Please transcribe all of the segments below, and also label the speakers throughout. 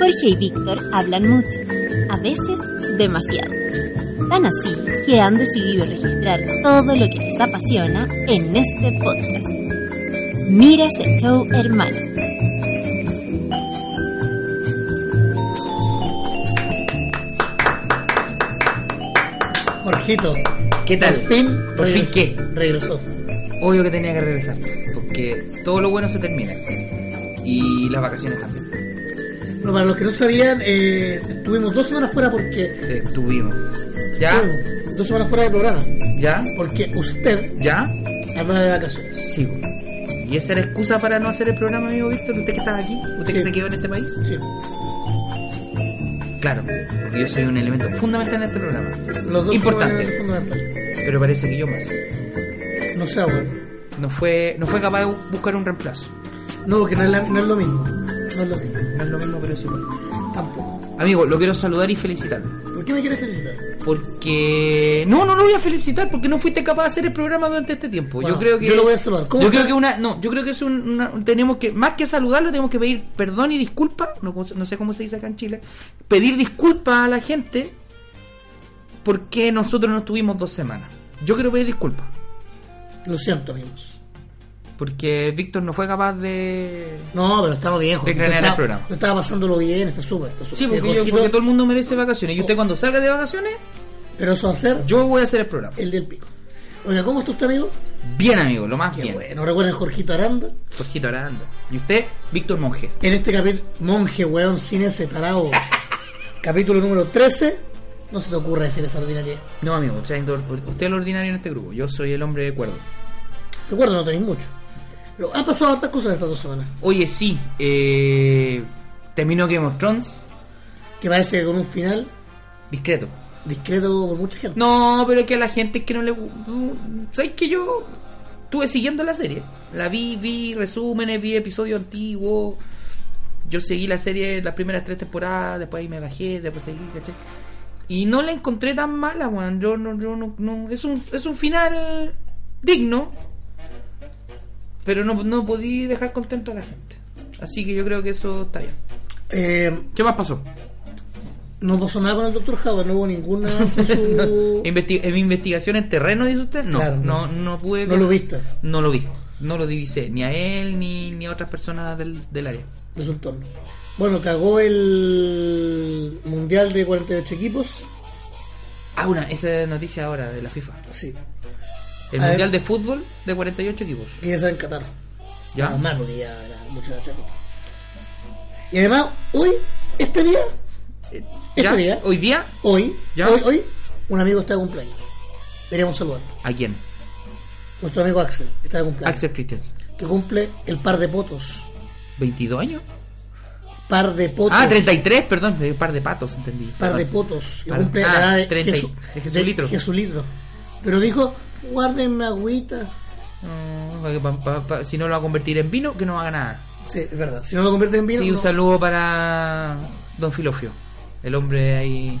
Speaker 1: Alicia y Víctor hablan mucho, a veces demasiado. Tan así que han decidido registrar todo lo que les apasiona en este podcast. Mira ese show, hermano.
Speaker 2: Jorgito,
Speaker 3: ¿Qué tal?
Speaker 2: Por fin,
Speaker 3: ¿Por fin
Speaker 2: regresó-
Speaker 3: qué?
Speaker 2: Regresó.
Speaker 3: Obvio que tenía que regresar, porque todo lo bueno se termina. Y las vacaciones también.
Speaker 2: Bueno, para los que no sabían, eh, estuvimos dos semanas fuera porque.
Speaker 3: Eh, Tuvimos. ¿Ya?
Speaker 2: Estuvimos Dos semanas fuera del programa.
Speaker 3: ¿Ya?
Speaker 2: Porque usted
Speaker 3: ¿Ya?
Speaker 2: andaba de vacaciones.
Speaker 3: Sí. ¿Y esa era excusa para no hacer el programa, amigo Víctor? ¿Usted que estaba aquí? ¿Usted que
Speaker 2: Sí.
Speaker 3: se quedó en este país?
Speaker 2: Sí.
Speaker 3: Claro, porque yo soy un elemento fundamental en este programa.
Speaker 2: Los dos
Speaker 3: Importante.
Speaker 2: son elementos fundamentales.
Speaker 3: Pero parece que yo más.
Speaker 2: No sé, bueno.
Speaker 3: No fue, no fue capaz de buscar un reemplazo.
Speaker 2: No, porque no es, la- no es lo mismo. No es lo mismo.
Speaker 3: No es lo mismo, pero sí.
Speaker 2: Tampoco.
Speaker 3: Amigo, lo quiero saludar y felicitar.
Speaker 2: ¿Por qué me quieres felicitar?
Speaker 3: Porque. No, no lo voy a felicitar porque no fuiste capaz de hacer el programa durante este tiempo.
Speaker 2: Bueno,
Speaker 3: yo creo que.
Speaker 2: yo lo voy a saludar. ¿Cómo
Speaker 3: yo
Speaker 2: fue?
Speaker 3: creo que una. No, yo creo que es un. una- tenemos que. Más que saludarlo, tenemos que pedir perdón y disculpa. No, cómo se- no sé cómo se dice acá en Chile. Pedir disculpas a la gente porque nosotros no estuvimos dos semanas. Yo quiero pedir disculpas
Speaker 2: Lo siento, amigos.
Speaker 3: porque Víctor no fue capaz de.
Speaker 2: No, pero estamos bien, Jorgito.
Speaker 3: crean en el
Speaker 2: Estaba-
Speaker 3: programa.
Speaker 2: Lo estaba pasándolo bien, está súper, está súper. Eh,
Speaker 3: Sí, porque, yo-
Speaker 2: Jorgito,
Speaker 3: porque todo el mundo merece vacaciones. Y usted cuando salga de vacaciones,
Speaker 2: Pero eso va a ser
Speaker 3: yo voy a hacer el programa.
Speaker 2: el del pico. Oiga, ¿cómo está usted, amigo?
Speaker 3: Bien, amigo, lo más
Speaker 2: Qué
Speaker 3: bien.
Speaker 2: bueno. Recuerden Jorgito Aranda.
Speaker 3: Jorgito Aranda. Y usted, Víctor Monjes.
Speaker 2: En este capítulo, monje, weón, sin ese tarado. capítulo número 13. No se te ocurre decir esa ordinaria.
Speaker 3: No, amigo, usted, es indor- usted es el ordinario en este grupo. Yo soy el hombre de cuerdo.
Speaker 2: Recuerda, no tenéis mucho. Pero han pasado hartas cosas en estas dos semanas.
Speaker 3: Oye, sí, eh, terminó Game of Thrones,
Speaker 2: Que parece que con un final
Speaker 3: discreto.
Speaker 2: discreto por mucha gente.
Speaker 3: No, pero es que a la gente es que no le. gu- no- ¿Sabes que yo estuve siguiendo la serie? La vi, vi resúmenes, vi episodios antiguos. Yo seguí la serie las primeras tres temporadas, después ahí me bajé, después seguí, ¿cachai? Y no la encontré tan mala, weón. Yo no, yo no, no- Es un, es un final digno. Pero no, no podí dejar contento a la gente. Así que yo creo que eso está bien.
Speaker 2: Eh,
Speaker 3: ¿Qué más pasó?
Speaker 2: no pasó nada con el Dr. Howard, no hubo ninguna en su...
Speaker 3: Investi- ¿En investigación en terreno, dice usted? No,
Speaker 2: Claro,
Speaker 3: no,
Speaker 2: no.
Speaker 3: no pude.
Speaker 2: No lo viste.
Speaker 3: No lo vi. No lo divisé. Ni a él, ni, ni a otras personas del, del área.
Speaker 2: de su entorno. Bueno, cagó el Mundial de 48 equipos.
Speaker 3: Ah, una, esa es noticia ahora de la FIFA.
Speaker 2: Sí,
Speaker 3: El
Speaker 2: A ver.
Speaker 3: Mundial de Fútbol de 48 equipos.
Speaker 2: que ya saben Qatar.
Speaker 3: ¿Ya?
Speaker 2: Menos Ah, mal, porque ya era mucho gachaco. Y además, hoy, este día, este
Speaker 3: Eh, ¿Ya?
Speaker 2: día,
Speaker 3: ¿Hoy día?
Speaker 2: hoy,
Speaker 3: ¿Ya?
Speaker 2: hoy, hoy, un amigo está de cumpleaños. Deberíamos saludarlo.
Speaker 3: ¿A quién?
Speaker 2: Nuestro amigo Axel está de cumpleaños.
Speaker 3: Axel Christians.
Speaker 2: Que cumple el par de potos.
Speaker 3: ¿22 años?
Speaker 2: Par de potos.
Speaker 3: Ah, 33, perdón. Un par de patos, entendí.
Speaker 2: Par
Speaker 3: Perdón.
Speaker 2: de potos. Que
Speaker 3: Par-
Speaker 2: cumple la
Speaker 3: ah,
Speaker 2: edad de,
Speaker 3: 30 y-
Speaker 2: Jesu-
Speaker 3: de Jesulitro.
Speaker 2: Jesulitro. Pero dijo, guárdenme agüita.
Speaker 3: No, pa- pa- pa- si no lo va a convertir en vino, que no haga nada.
Speaker 2: Sí, es verdad. Si no lo convierte en vino.
Speaker 3: Sí, un
Speaker 2: no.
Speaker 3: saludo para Don Filofio. El hombre ahí.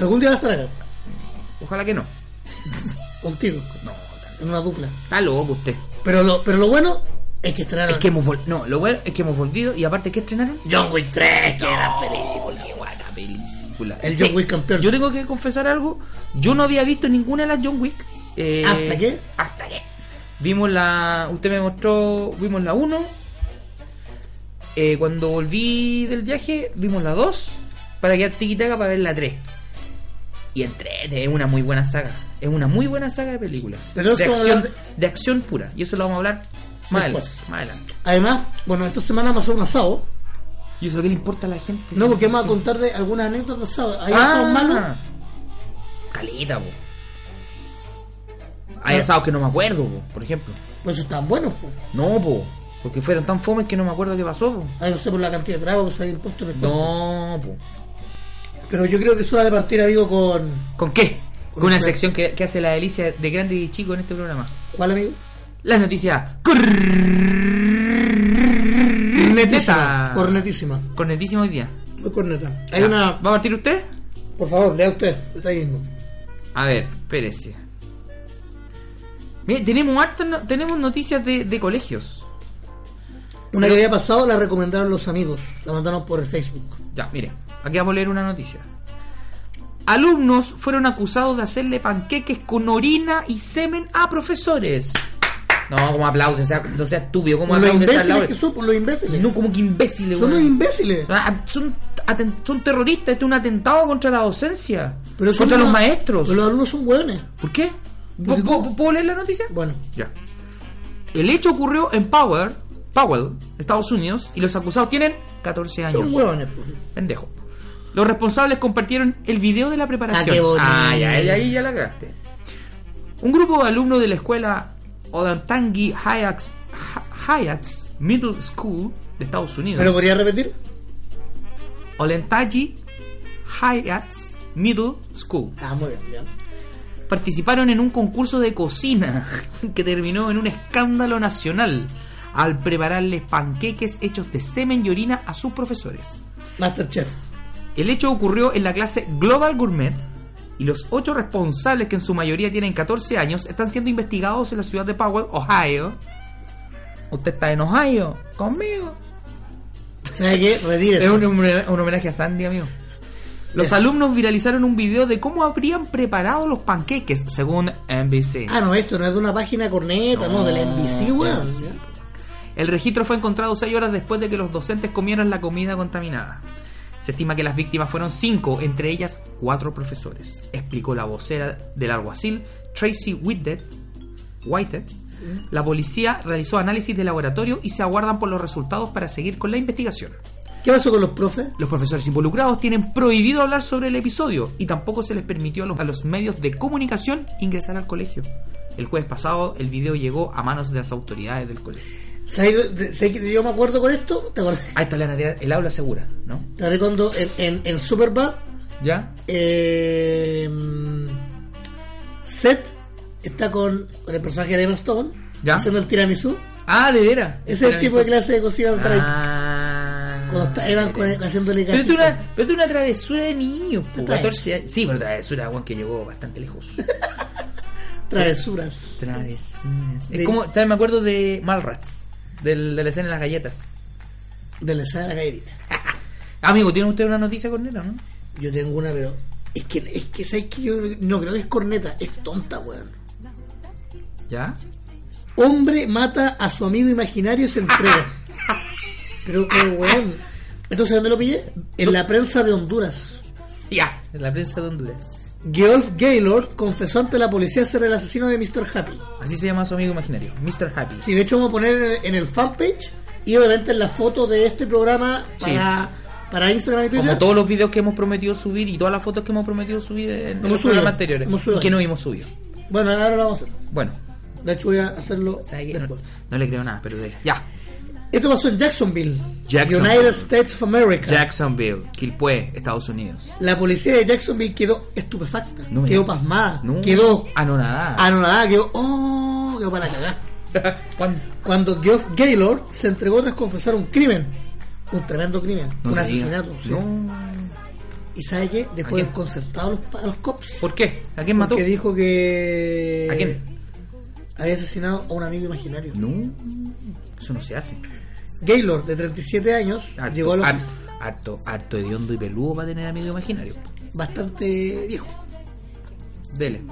Speaker 2: Algún día va a estar acá.
Speaker 3: Ojalá que no.
Speaker 2: Contigo.
Speaker 3: No,
Speaker 2: En una dupla.
Speaker 3: está loco usted.
Speaker 2: Pero lo, pero lo bueno es que estrenaron.
Speaker 3: Es que hemos vol- No, lo bueno es que hemos volvido y aparte que estrenaron.
Speaker 2: John Wick 3, que era
Speaker 3: película, qué buena película.
Speaker 2: El John Wick campeón.
Speaker 3: Yo tengo que confesar algo. Yo no había visto ninguna de las John Wick. eh,
Speaker 2: ¿Hasta qué?
Speaker 3: Hasta qué. Vimos la. Usted me mostró. Vimos la 1. Eh, cuando volví del viaje, vimos la 2. Para quedar tiquitaca para ver la 3. Y entre es una muy buena saga. Es una muy buena saga de películas.
Speaker 2: Pero
Speaker 3: de,
Speaker 2: eso
Speaker 3: acción,
Speaker 2: habla-
Speaker 3: de acción pura. Y eso lo vamos a hablar más
Speaker 2: Después.
Speaker 3: adelante. Más adelante.
Speaker 2: Además, bueno, esta semana pasó un asado.
Speaker 3: ¿Y eso qué le importa a la gente?
Speaker 2: No, porque vamos a contar de algunas anécdotas de asado. Hay
Speaker 3: Ah.
Speaker 2: asados malos.
Speaker 3: Caleta, po. Hay asados que no me acuerdo, po, por ejemplo.
Speaker 2: Pues esos están buenos, pues.
Speaker 3: No, po. Porque fueron tan fomes que no me acuerdo qué pasó, po.
Speaker 2: Ay, no sé por la cantidad de tragos que se habían puesto en el cuerpo.
Speaker 3: No, po.
Speaker 2: Pero yo creo que es hora de partir, amigo, con.
Speaker 3: ¿Con qué? Con
Speaker 2: Con
Speaker 3: una
Speaker 2: usted.
Speaker 3: sección que, que hace la delicia de grande y chico en este programa.
Speaker 2: ¿Cuál, amigo?
Speaker 3: Las noticias. Corneteta.
Speaker 2: Cornetísima. Cornetísima.
Speaker 3: Cornetísima hoy día.
Speaker 2: Muy corneta. Hay
Speaker 3: Ya.
Speaker 2: una.
Speaker 3: ¿Va a partir usted?
Speaker 2: Por favor, lea usted. Está ahí mismo.
Speaker 3: A ver, espérese. Mire, tenemos hartas no- tenemos noticias de, de colegios.
Speaker 2: Una que había pasado la recomendaron los amigos. La mandaron por el Facebook.
Speaker 3: Ya, mire, aquí vamos a leer una noticia. Alumnos fueron acusados de hacerle panqueques con orina y semen a profesores. No, como aplauden, o sea, no sea estúpido, como
Speaker 2: los
Speaker 3: aplauden. esa
Speaker 2: imbéciles
Speaker 3: labor?
Speaker 2: que son, por los imbéciles.
Speaker 3: No, como que imbéciles,
Speaker 2: son los
Speaker 3: weón.
Speaker 2: imbéciles.
Speaker 3: Ah, Son, aten- son terroristas, esto es un atentado contra la docencia,
Speaker 2: Pero son
Speaker 3: contra los
Speaker 2: una-
Speaker 3: maestros.
Speaker 2: pero los alumnos son hueones.
Speaker 3: ¿Por qué?
Speaker 2: Porque
Speaker 3: ¿Puedo-
Speaker 2: tú-
Speaker 3: ¿Puedo, puedo leer la noticia?
Speaker 2: Bueno,
Speaker 3: Ya. El hecho ocurrió en Power, Powell, Estados Unidos, y los acusados tienen 14 años.
Speaker 2: son hueones. pues.
Speaker 3: Pendejo. Los responsables compartieron el video de la preparación.
Speaker 2: Ah, qué bonito.
Speaker 3: Ay, ay, ay, ya la cagaste. Un grupo de alumnos de la escuela Odantangi Hyatt's, Hyatt's Middle School de Estados Unidos.
Speaker 2: ¿Me lo podría repetir?
Speaker 3: Olentangy Hyatt's Middle School.
Speaker 2: Ah, muy bien, ya.
Speaker 3: Participaron en un concurso de cocina que terminó en un escándalo nacional al prepararles panqueques hechos de semen y orina a sus profesores.
Speaker 2: Masterchef.
Speaker 3: El hecho ocurrió en la clase Global Gourmet y los ocho responsables, que en su mayoría tienen 14 años, están siendo investigados en la ciudad de Powell, Ohio. ¿Usted está en Ohio? ¿Conmigo?
Speaker 2: ¿Sabes qué? Retírese.
Speaker 3: Es un, hombre- un homenaje a Sandy, amigo. Los
Speaker 2: Ya.
Speaker 3: alumnos viralizaron un video de cómo habrían preparado los panqueques, según NBC.
Speaker 2: Ah, no, esto no es de una página corneta, no, de la NBC, weón.
Speaker 3: NBC. Ah, El registro fue encontrado seis horas después de que los docentes comieran la comida contaminada. Se estima que las víctimas fueron cinco, entre ellas cuatro profesores, explicó la vocera del alguacil Tracy Whitehead. Whitehead. La policía realizó análisis de laboratorio y se aguardan por los resultados para seguir con la investigación.
Speaker 2: ¿Qué pasó con los profes?
Speaker 3: Los profesores involucrados tienen prohibido hablar sobre el episodio y tampoco se les permitió a los, a los medios de comunicación ingresar al colegio. El jueves pasado el video llegó a manos de las autoridades del colegio.
Speaker 2: ¿Sabes de- sabes que yo me acuerdo con esto? ¿Te acordás?
Speaker 3: Ah, esta es la natura- el aula segura, ¿no?
Speaker 2: ¿Te acordás cuando en, en, en Superbad,
Speaker 3: ¿Ya?
Speaker 2: eh, mm, Seth está con, con el personaje de Emma Stone
Speaker 3: Ya.
Speaker 2: haciendo el tiramisú?
Speaker 3: Ah, de veras.
Speaker 2: Ese es el tipo de clase de cocina alternativa.
Speaker 3: Ah.
Speaker 2: Cuando está- eran con, haciéndole
Speaker 3: Pero es
Speaker 2: gatito.
Speaker 3: una, pero esto es una travesura de niños, po,
Speaker 2: Travesura.
Speaker 3: 14 años. Sí, pero travesura, Juan, que llegó bastante lejos.
Speaker 2: travesuras.
Speaker 3: Travesuras.
Speaker 2: De-
Speaker 3: Es como, ¿sabes? Me acuerdo de Malrats, del, de la escena de las galletas.
Speaker 2: De la escena de la galletita.
Speaker 3: Amigo, ¿tiene usted una noticia corneta, no?
Speaker 2: Yo tengo una, pero. Es que, es que, ¿sabes que Yo no creo que es corneta, es tonta, weón.
Speaker 3: ¿Ya?
Speaker 2: Hombre mata a su amigo imaginario y se entrega. Pero, pero, weón. Entonces, ¿dónde lo pillé? En la prensa de Honduras.
Speaker 3: Ya. En la prensa de Honduras.
Speaker 2: Geoff Gaylord confesó ante la policía ser el asesino de Mr. Happy.
Speaker 3: Así se llama su amigo imaginario, Mr. Happy.
Speaker 2: Sí, de hecho, vamos a poner en- en el fanpage y obviamente en la foto de este programa
Speaker 3: Sí.
Speaker 2: para, para Instagram y
Speaker 3: Como
Speaker 2: Twitter.
Speaker 3: todos los videos que hemos prometido subir y todas las fotos que hemos prometido subir en
Speaker 2: Hemos
Speaker 3: los
Speaker 2: subido,
Speaker 3: programas anteriores
Speaker 2: hemos subido.
Speaker 3: y que no hemos subido.
Speaker 2: Bueno, ahora lo vamos a hacer.
Speaker 3: Bueno,
Speaker 2: De hecho, voy a hacerlo
Speaker 3: ¿sabe qué? No,
Speaker 2: después.
Speaker 3: no le creo nada, pero de- ya.
Speaker 2: Esto pasó en Jacksonville,
Speaker 3: Jacksonville.
Speaker 2: United States of America.
Speaker 3: Jacksonville, Quilpué, Estados Unidos.
Speaker 2: la policía de Jacksonville quedó estupefacta,
Speaker 3: No me-
Speaker 2: quedó pasmada,
Speaker 3: No,
Speaker 2: quedó
Speaker 3: anonadada.
Speaker 2: anonadada, quedó, oh, quedó para cagar. Ah.
Speaker 3: ¿Cuándo?
Speaker 2: Cuando Geoff Gaylord se entregó tras confesar un crimen, un tremendo crimen,
Speaker 3: No
Speaker 2: un
Speaker 3: te
Speaker 2: asesinato.
Speaker 3: digas.
Speaker 2: sí.
Speaker 3: No.
Speaker 2: ¿Y sabe qué? Dejó
Speaker 3: ¿A quién?
Speaker 2: desconcertados a los, a los cops.
Speaker 3: ¿Por qué? ¿A quién mató?
Speaker 2: Porque dijo que
Speaker 3: ¿A quién?
Speaker 2: había asesinado a un amigo imaginario.
Speaker 3: No, eso no se hace.
Speaker 2: Gaylord, de 37 años,
Speaker 3: Harto,
Speaker 2: llegó a la
Speaker 3: har-
Speaker 2: oficina.
Speaker 3: harto, harto hediondo y peludo para tener amigo imaginario.
Speaker 2: bastante viejo.
Speaker 3: Dele.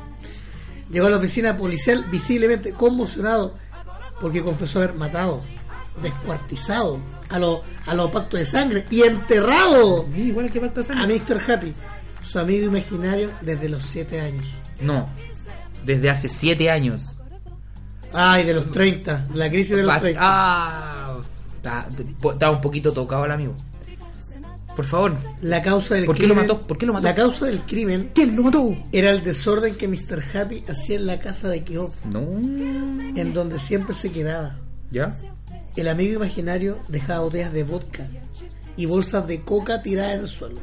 Speaker 2: Llegó a la oficina policial visiblemente conmocionado porque confesó haber matado, descuartizado a los a los pactos de sangre y enterrado
Speaker 3: Mira, Igual es que pacto de
Speaker 2: a
Speaker 3: sangre.
Speaker 2: Mr. Happy, su amigo imaginario desde los 7 años.
Speaker 3: No, desde hace siete años.
Speaker 2: Ay, de los 30, la crisis de los
Speaker 3: Pa-
Speaker 2: 30.
Speaker 3: Ah, está- estaba un poquito tocado el amigo. Por favor.
Speaker 2: La causa del
Speaker 3: ¿Por qué lo
Speaker 2: crimen,
Speaker 3: mató? ¿Por qué lo mató?
Speaker 2: La causa del crimen
Speaker 3: ¿Quién lo mató?
Speaker 2: era el desorden que Mr. Happy hacía en la casa de Keoff,
Speaker 3: No.
Speaker 2: en donde siempre se quedaba.
Speaker 3: ¿Ya?
Speaker 2: El amigo imaginario dejaba botellas de vodka y bolsas de coca tiradas en el suelo.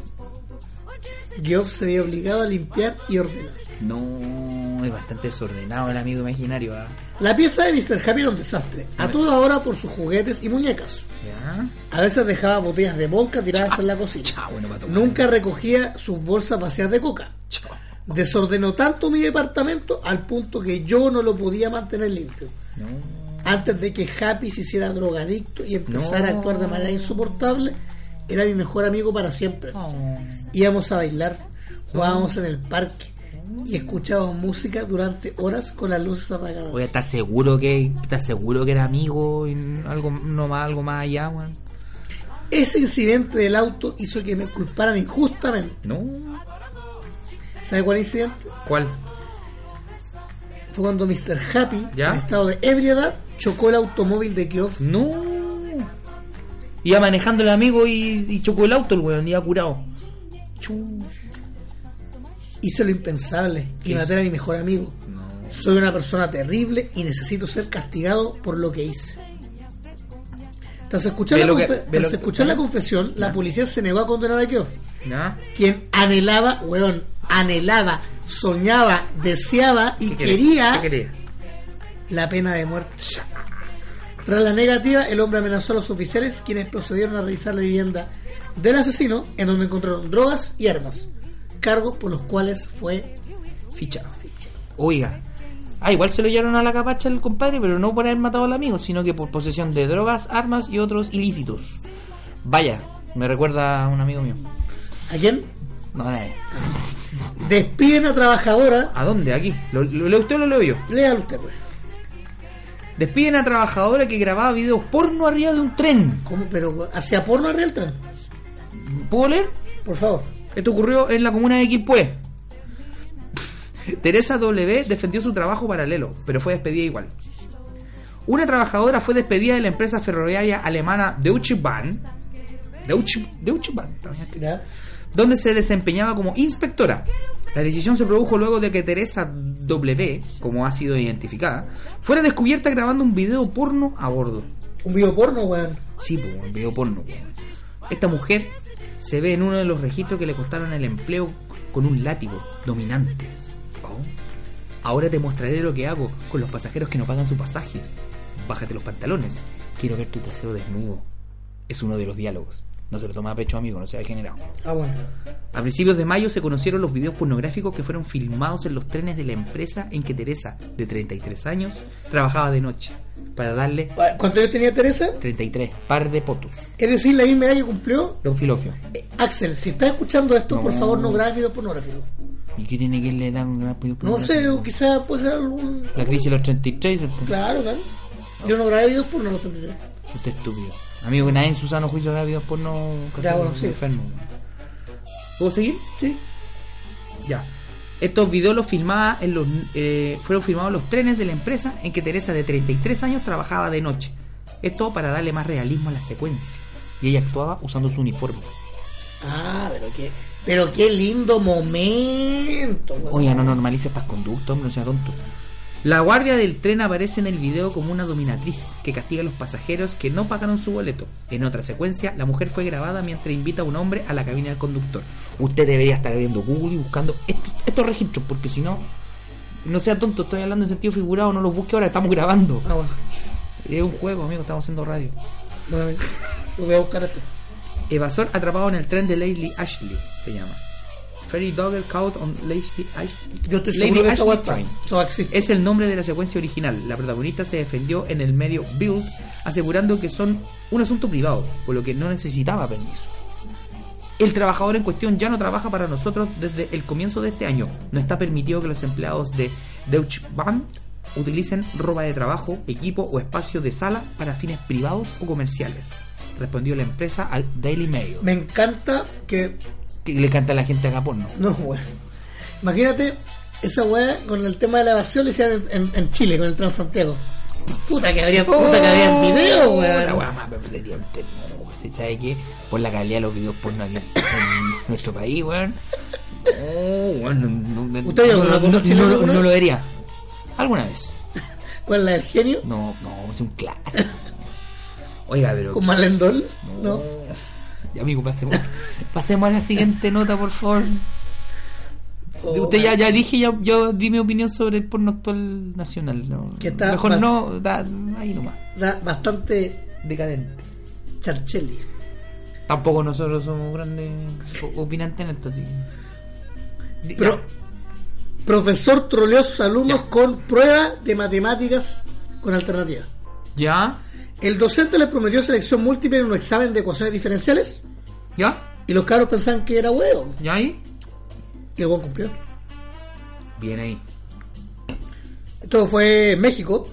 Speaker 2: Geoff se vio obligado a limpiar y ordenar.
Speaker 3: No, es bastante desordenado el amigo imaginario. ¿ah?
Speaker 2: La pieza de Mr. Happy era un desastre, a toda hora por sus juguetes y muñecas.
Speaker 3: ¿Ya?
Speaker 2: A veces dejaba botellas de vodka tiradas en la cocina.
Speaker 3: Chao, bueno, para tomar.
Speaker 2: Nunca recogía sus bolsas vacías de coca.
Speaker 3: Chao.
Speaker 2: Desordenó tanto mi departamento al punto que yo no lo podía mantener limpio.
Speaker 3: No.
Speaker 2: antes de que Happy se hiciera drogadicto y empezara
Speaker 3: No. Oh.
Speaker 2: a actuar de manera insoportable, era mi mejor amigo para siempre. Íbamos a bailar,
Speaker 3: Ah.
Speaker 2: jugábamos en el parque y escuchábamos música durante horas con las luces apagadas.
Speaker 3: Oye, ¿estás seguro que estás seguro que era amigo y algo no más algo más allá, weón?
Speaker 2: Ese incidente del auto hizo que me culparan injustamente.
Speaker 3: No.
Speaker 2: ¿Sabe cuál incidente?
Speaker 3: ¿Cuál?
Speaker 2: Fue cuando Mr. Happy,
Speaker 3: ¿Ya?
Speaker 2: en estado de ebriedad, chocó el automóvil de Geoff.
Speaker 3: No. Iba manejando el amigo y, y chocó el auto el weón, iba curado. Chu.
Speaker 2: Hice lo impensable y
Speaker 3: ¿Qué?
Speaker 2: maté a mi mejor amigo.
Speaker 3: No.
Speaker 2: Soy una persona terrible y necesito ser castigado por lo que hice. Tras escuchar,
Speaker 3: Ve
Speaker 2: la,
Speaker 3: lo que-
Speaker 2: confe-
Speaker 3: ve lo
Speaker 2: tras
Speaker 3: que-
Speaker 2: escuchar la confesión, la policía se negó a condenar a Geoff,
Speaker 3: ¿Ya?
Speaker 2: quien anhelaba, weón, anhelaba, soñaba, deseaba y
Speaker 3: ¿Qué
Speaker 2: quería
Speaker 3: ¿Qué quería?
Speaker 2: la pena de muerte. Tras la negativa, el hombre amenazó a los oficiales, quienes procedieron a revisar la vivienda del asesino, en donde encontraron drogas y armas, cargos por los cuales fue
Speaker 3: Fichado. Oiga. Ah, igual se lo llevaron a la capacha el compadre, pero no por haber matado al amigo, sino que por posesión de drogas, armas y otros ilícitos. Vaya, me recuerda a un amigo mío.
Speaker 2: a quien
Speaker 3: No, eh. no, no.
Speaker 2: despiden a trabajadora.
Speaker 3: ¿A dónde? Aquí. Lo, lo- lo- usted lo leo yo.
Speaker 2: Léalo usted, pues.
Speaker 3: Despiden a trabajadora que grababa videos porno arriba de un tren.
Speaker 2: ¿Cómo? Pero hacia porno arriba el tren.
Speaker 3: ¿Puedo leer?
Speaker 2: Por favor.
Speaker 3: Esto ocurrió en la comuna de Quilpué. Teresa W. defendió su trabajo paralelo, pero fue despedida igual. Una trabajadora fue despedida de la empresa ferroviaria alemana Deutsche Bahn, Deutsche, Deutsche Bahn,
Speaker 2: ¿Ya?
Speaker 3: donde se desempeñaba como inspectora. La decisión se produjo luego de que Teresa W., como ha sido identificada, fuera descubierta grabando un video porno a bordo.
Speaker 2: Un video porno, weón.
Speaker 3: Sí, pues, un video porno. weón. Esta mujer se ve en uno de los registros que le costaron el empleo con un látigo dominante. Oh. Ahora te mostraré lo que hago con los pasajeros que no pagan su pasaje. Bájate los pantalones. Quiero ver tu trasero desnudo. Es uno de los diálogos. No se lo toma a pecho, amigo, no sea degenerado.
Speaker 2: Ah, bueno.
Speaker 3: A principios de mayo se conocieron los videos pornográficos que fueron filmados en los trenes de la empresa en que Teresa, de 33 años, trabajaba de noche para darle
Speaker 2: Ah, ¿Cuántos años tenía Teresa?
Speaker 3: 33 par de potos.
Speaker 2: Es decir, la misma edad que cumplió.
Speaker 3: Don Filofio.
Speaker 2: Eh, Axel, si estás escuchando esto, por
Speaker 3: No.
Speaker 2: favor, no grabes videos pornográficos.
Speaker 3: ¿Y qué tiene que le dan una
Speaker 2: No sé, o quizás puede ser algún.
Speaker 3: La crisis de los 33, el-
Speaker 2: Claro, claro. Yo no grabé videos pornográficos.
Speaker 3: usted es estúpido. Amigo, que nadie en su sano juicio da videos porno.
Speaker 2: Ya,
Speaker 3: cachai,
Speaker 2: bueno, sí.
Speaker 3: enfermo. ¿Puedo seguir?
Speaker 2: Sí.
Speaker 3: Ya. Estos videos los filmaba en los, eh, fueron filmados en los trenes de la empresa en que Teresa de 33 años trabajaba de noche. Esto para darle más realismo a la secuencia. Y ella actuaba usando su uniforme.
Speaker 2: Ah, pero qué. Pero qué lindo momento, weón.
Speaker 3: Oiga, no normalice estas conductas, hombre, no sea tonto. La guardia del tren aparece en el video como una dominatriz que castiga a los pasajeros que no pagaron su boleto. En otra secuencia, la mujer fue grabada mientras invita a un hombre a la cabina del conductor. Usted debería estar abriendo Google y buscando estos, estos registros, porque si no, no sea tonto, estoy hablando en sentido figurado, no los busque ahora, estamos grabando.
Speaker 2: Ah, bueno.
Speaker 3: Es un juego, amigo, estamos haciendo radio.
Speaker 2: Bueno, amigo, lo voy a buscar esto.
Speaker 3: Evasor atrapado en el tren de Lady Ashley, se llama. Ferry Dogger caught on Lady Ashley.
Speaker 2: Yo estoy
Speaker 3: Lady
Speaker 2: seguro que esa
Speaker 3: Ashley
Speaker 2: weá está.
Speaker 3: Train.
Speaker 2: Eso existe.
Speaker 3: Es el nombre de la secuencia original. La protagonista se defendió en el medio Build, asegurando que son un asunto privado, por lo que no necesitaba permiso. El trabajador en cuestión ya no trabaja para nosotros desde el comienzo de este año. No está permitido que los empleados de Deutsche Bahn utilicen ropa de trabajo, equipo o espacio de sala para fines privados o comerciales. Respondió la empresa al Daily Mail.
Speaker 2: Me encanta que
Speaker 3: Que le canta a la gente acá porno.
Speaker 2: No, weón. Imagínate esa weá con el tema de la evasión le hicieron en, en- en Chile con el Transantiago. Puta que habría, puta que habría en video,
Speaker 3: La
Speaker 2: weón.
Speaker 3: Oh, weá más pervertida del mundo, weón. ¿Se sabe qué? Por la calidad de los videos porno aquí en nuestro país, weón. No, weón, no, no, no,
Speaker 2: ¿Usted vio
Speaker 3: no,
Speaker 2: alguna
Speaker 3: no,
Speaker 2: porno
Speaker 3: no,
Speaker 2: chilena
Speaker 3: no,
Speaker 2: alguna
Speaker 3: no lo
Speaker 2: vez?
Speaker 3: vería. ¿Alguna vez?
Speaker 2: ¿Cuál es la del genio?
Speaker 3: No, no, es un clásico. Oiga, pero...
Speaker 2: ¿Con Malendol? No.
Speaker 3: Ya, amigo, pasemos, pasemos a la siguiente nota, por favor.
Speaker 2: O-
Speaker 3: Usted ya, ya dije, ya, yo di mi opinión sobre el porno actual nacional. ¿no?
Speaker 2: Que está-
Speaker 3: Mejor no, da, ahí nomás.
Speaker 2: Da bastante
Speaker 3: Decadente.
Speaker 2: charcheli.
Speaker 3: Tampoco nosotros somos grandes o- opinantes en esto, así que-
Speaker 2: Pero, profesor troleó a sus alumnos
Speaker 3: Ya.
Speaker 2: con prueba de matemáticas con alternativa.
Speaker 3: ¿Ya?
Speaker 2: El docente les prometió selección múltiple en un examen de ecuaciones diferenciales
Speaker 3: ¿Ya?
Speaker 2: y los cabros pensaban que era huevo.
Speaker 3: ¿Ya ahí?
Speaker 2: Y el huevo cumplió.
Speaker 3: Bien ahí.
Speaker 2: Esto fue en México,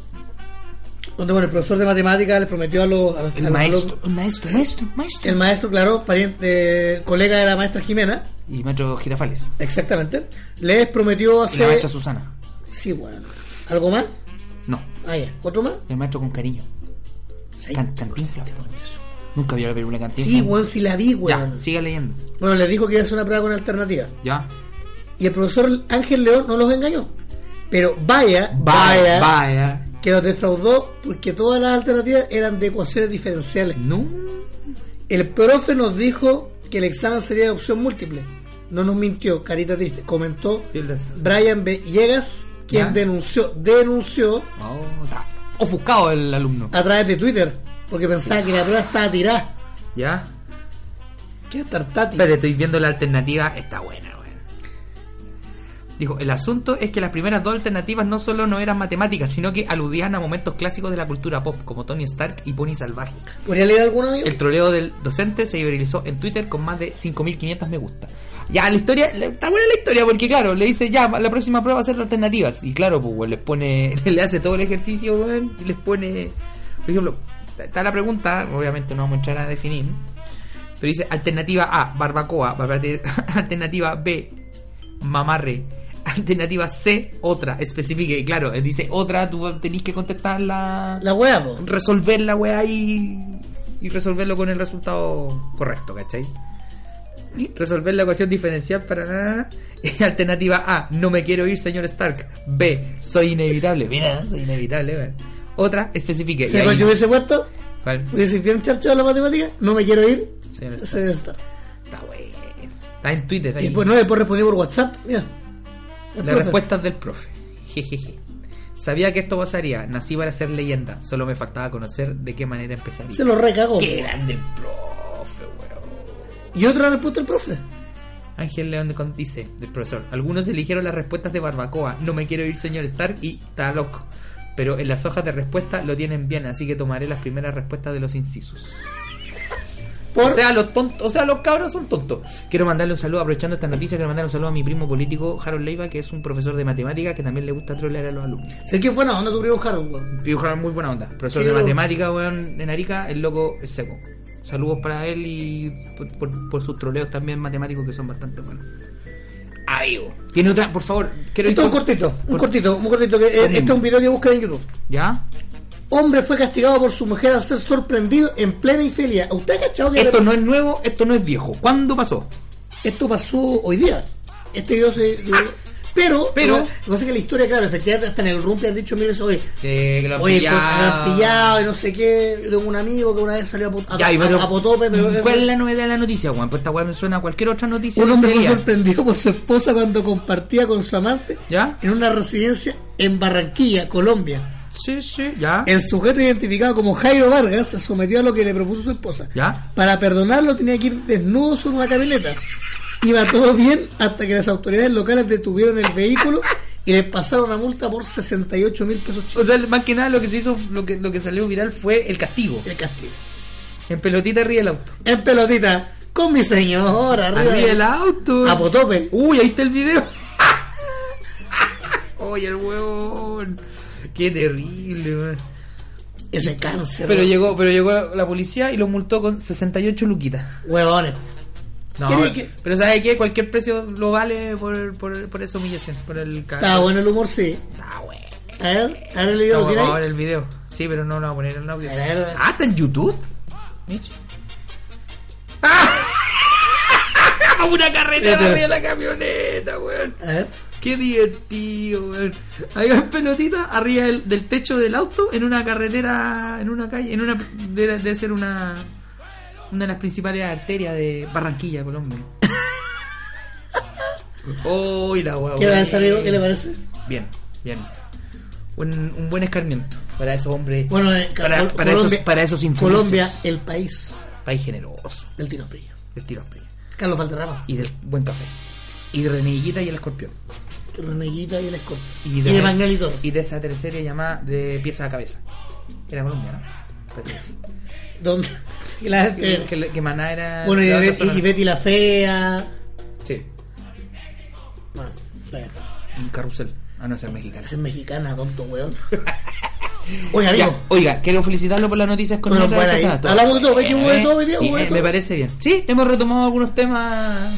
Speaker 2: donde bueno, el profesor de matemáticas les prometió a los, a los- a
Speaker 3: El
Speaker 2: los
Speaker 3: maestro,
Speaker 2: alumnos-
Speaker 3: el maestro, maestro, maestro.
Speaker 2: el maestro, claro, pariente, eh, colega de la maestra Jimena,
Speaker 3: Y maestro Girafales.
Speaker 2: exactamente, les prometió
Speaker 3: Y la
Speaker 2: hacer...
Speaker 3: maestra Susana.
Speaker 2: Sí, bueno. ¿Algo más?
Speaker 3: No,
Speaker 2: Ah, ya. ¿Otro más?
Speaker 3: el maestro con cariño.
Speaker 2: Sí,
Speaker 3: Can- Cantinflas. weón. Nunca vio la película Cantinflas.
Speaker 2: sí weón, sí la vi, weón.
Speaker 3: Ya, siga leyendo.
Speaker 2: Bueno, les dijo que iba a hacer una prueba con alternativa.
Speaker 3: Ya.
Speaker 2: Y el profesor Ángel León no los engañó. Pero vaya, vaya,
Speaker 3: Vaya. Vaya.
Speaker 2: que los defraudó porque todas las alternativas eran de ecuaciones diferenciales.
Speaker 3: No.
Speaker 2: El profe nos dijo que el examen sería de opción múltiple. No nos mintió, carita triste. Comentó Brian Villegas, quien
Speaker 3: ¿Ya?
Speaker 2: denunció, denunció
Speaker 3: Oh, está. Ofuscado el alumno.
Speaker 2: a través de Twitter, porque pensaba que la prueba estaba tirada.
Speaker 3: Ya.
Speaker 2: ¿Qué tartati?
Speaker 3: Espérate, estoy viendo la alternativa. Está buena, weón. Dijo, el asunto es que las primeras dos alternativas no solo no eran matemáticas, sino que aludían a momentos clásicos de la cultura pop, como Tony Stark y Pony Salvaje.
Speaker 2: ¿Podría leer alguna, amigo?
Speaker 3: El troleo del docente se viralizó en Twitter con más de 5.500 me gusta. Ya, la historia, la- está buena la historia porque claro, le dice ya, la próxima prueba va a ser alternativas. Y claro, pues weón, les pone, le hace todo el ejercicio, weón, y les pone, por ejemplo, está la pregunta, obviamente no vamos a entrar a definir, pero dice alternativa A, barbacoa, barba- alternativa B, mamarre. Alternativa C, otra, específica. Y claro, dice otra, tú tenés que contestar la
Speaker 2: La wea, po.
Speaker 3: resolver la weá y, y resolverlo con el resultado correcto, ¿cachai? Resolver la ecuación diferencial para nada. Alternativa A, no me quiero ir, señor Stark. B, soy inevitable. Mira, soy inevitable, weón. Otra, especifique.
Speaker 2: Si
Speaker 3: Y ahí-
Speaker 2: yo hubiese puesto,
Speaker 3: ¿Cuál?
Speaker 2: hubiese bien charchado de la matemática, no me quiero ir.
Speaker 3: Sí, no está.
Speaker 2: Se está.
Speaker 3: Está bueno. Está en Twitter.
Speaker 2: Y
Speaker 3: Ahí.
Speaker 2: después no, después respondí por WhatsApp. Mira. El
Speaker 3: Las
Speaker 2: profe.
Speaker 3: respuestas del profe. Jejeje. Sabía que esto pasaría. Nací para ser leyenda. Solo me faltaba conocer de qué manera empezaría.
Speaker 2: Se lo recagó.
Speaker 3: Qué grande el profe, weón.
Speaker 2: Y otra respuesta del profe.
Speaker 3: Ángel León de Con- dice, del profesor, algunos eligieron las respuestas de Barbacoa, no me quiero ir señor Stark y está loco. Pero en las hojas de respuesta lo tienen bien, así que tomaré las primeras respuestas de los incisos.
Speaker 2: Por
Speaker 3: O sea, los tontos, o sea, los cabros son tontos. Quiero mandarle un saludo, aprovechando esta noticia, quiero mandar un saludo a mi primo político Harold Leiva, que es un profesor de matemáticas que también le gusta trolear a los alumnos.
Speaker 2: sé que fue una onda tu primo Harold, weón.
Speaker 3: Piu Harold, muy buena onda. Profesor
Speaker 2: Sí,
Speaker 3: de
Speaker 2: lo-
Speaker 3: matemática, weón, en Arica, el loco es seco. Saludos para él y por, por- por sus troleos también matemáticos que son bastante buenos. Amigo. Tiene otra, por favor, quiero
Speaker 2: Esto es un
Speaker 3: con-
Speaker 2: cortito, un
Speaker 3: por-
Speaker 2: cortito, un cortito. Que, eh,
Speaker 3: Lo mismo.
Speaker 2: este es un video que buscan en YouTube.
Speaker 3: ¿Ya?
Speaker 2: Hombre fue castigado por su mujer al ser sorprendido en plena infidelidad. ¿Usted ha cachado que
Speaker 3: Esto
Speaker 2: le-
Speaker 3: no es nuevo, esto no es viejo. ¿Cuándo pasó?
Speaker 2: esto pasó hoy día? Este video se. Pero,
Speaker 3: Ah, Pero-
Speaker 2: lo que pasa es que la historia, claro, efectivamente, hasta en el Rumpi han dicho, mire, oye,
Speaker 3: Eh, que lo han
Speaker 2: Oye, con-
Speaker 3: pillado.
Speaker 2: han pillado y no sé qué. Yo tengo un amigo que una vez salió a, po- a-
Speaker 3: Ya, y pero- Mm,
Speaker 2: a Potope, pero.
Speaker 3: ¿Cuál es la novedad de la noticia, Juan? Pues esta weá me suena a cualquier otra noticia.
Speaker 2: Un
Speaker 3: de
Speaker 2: hombre fue
Speaker 3: día.
Speaker 2: sorprendido por su esposa cuando compartía con su amante
Speaker 3: ¿Ya?
Speaker 2: en una residencia en Barranquilla, Colombia.
Speaker 3: Sí, sí, ya.
Speaker 2: El sujeto identificado como Jairo Vargas se sometió a lo que le propuso su esposa.
Speaker 3: ¿Ya?
Speaker 2: Para perdonarlo tenía que ir desnudo sobre una camioneta. Iba todo bien hasta que las autoridades locales detuvieron el vehículo y le pasaron una multa por 68 mil pesos
Speaker 3: O
Speaker 2: chilenos.
Speaker 3: sea, más que nada lo que se hizo, lo que, lo que salió viral fue el castigo.
Speaker 2: El castigo.
Speaker 3: En pelotita ríe el auto.
Speaker 2: En pelotita, con mi señora, arriba.
Speaker 3: Arriba el auto.
Speaker 2: A Potope.
Speaker 3: Uy, ahí está el video. Oye, el huevón. Qué terrible, weón.
Speaker 2: Ese cáncer.
Speaker 3: Pero llegó, pero llegó la policía y lo multó con 68 luquitas.
Speaker 2: Huevones.
Speaker 3: No,
Speaker 2: ¿Qué- qué-
Speaker 3: pero ¿sabes qué? Cualquier precio lo vale por, por, por esa humillación, por el ca-
Speaker 2: Está bueno el humor, sí.
Speaker 3: Está bueno.
Speaker 2: A ver, a ver el
Speaker 3: Está
Speaker 2: video que
Speaker 3: bueno, Vamos a
Speaker 2: tiene
Speaker 3: ver
Speaker 2: ahí.
Speaker 3: el video. Sí, pero no lo voy a poner en el audio.
Speaker 2: A ver, a ver.
Speaker 3: Ah, está en YouTube. Mitch. ¡Ah! Una carretera
Speaker 2: Espérate.
Speaker 3: arriba de la camioneta, weón.
Speaker 2: A ver.
Speaker 3: Qué divertido, weón. Hay una pelotita arriba del, del techo del auto en una carretera, en una calle, en una debe, debe ser una una de las principales arterias de Barranquilla, Colombia. Uy, la weá.
Speaker 2: ¿Qué le parece,
Speaker 3: buena.
Speaker 2: amigo? ¿Qué le parece?
Speaker 3: Bien, bien. Un, un buen escarmiento para esos hombres.
Speaker 2: Bueno, eh,
Speaker 3: Para-
Speaker 2: Col-
Speaker 3: para esos- para esos infelices.
Speaker 2: Colombia, el país
Speaker 3: país generoso,
Speaker 2: del tiro pillo.
Speaker 3: del tiro frío
Speaker 2: Carlos Valderrama,
Speaker 3: y del buen café. Y de Reneguita y el escorpión.
Speaker 2: Reneguita y el escorpión.
Speaker 3: Y
Speaker 2: Y
Speaker 3: de-
Speaker 2: de, Mangalito.
Speaker 3: Y de esa tercera llamada de pieza a cabeza. Era colombiana. parece que sí.
Speaker 2: Donde, y la,
Speaker 3: Que,
Speaker 2: eh,
Speaker 3: que- que Maná era.
Speaker 2: bueno, y,
Speaker 3: la otra
Speaker 2: Betty,
Speaker 3: zona.
Speaker 2: y Betty la Fea.
Speaker 3: Sí.
Speaker 2: Bueno, bueno,
Speaker 3: Y Carrusel. Ah, no, esa es mexicana.
Speaker 2: es mexicana, tonto weón. Oye, amigo.
Speaker 3: Ya, oiga, quiero felicitarlo por las noticias con
Speaker 2: Bueno, bueno, ahí. Hablamos de todo, ¿ves que hubo de todo hoy día? Hubo de todo.
Speaker 3: Me parece bien. Sí, hemos retomado algunos temas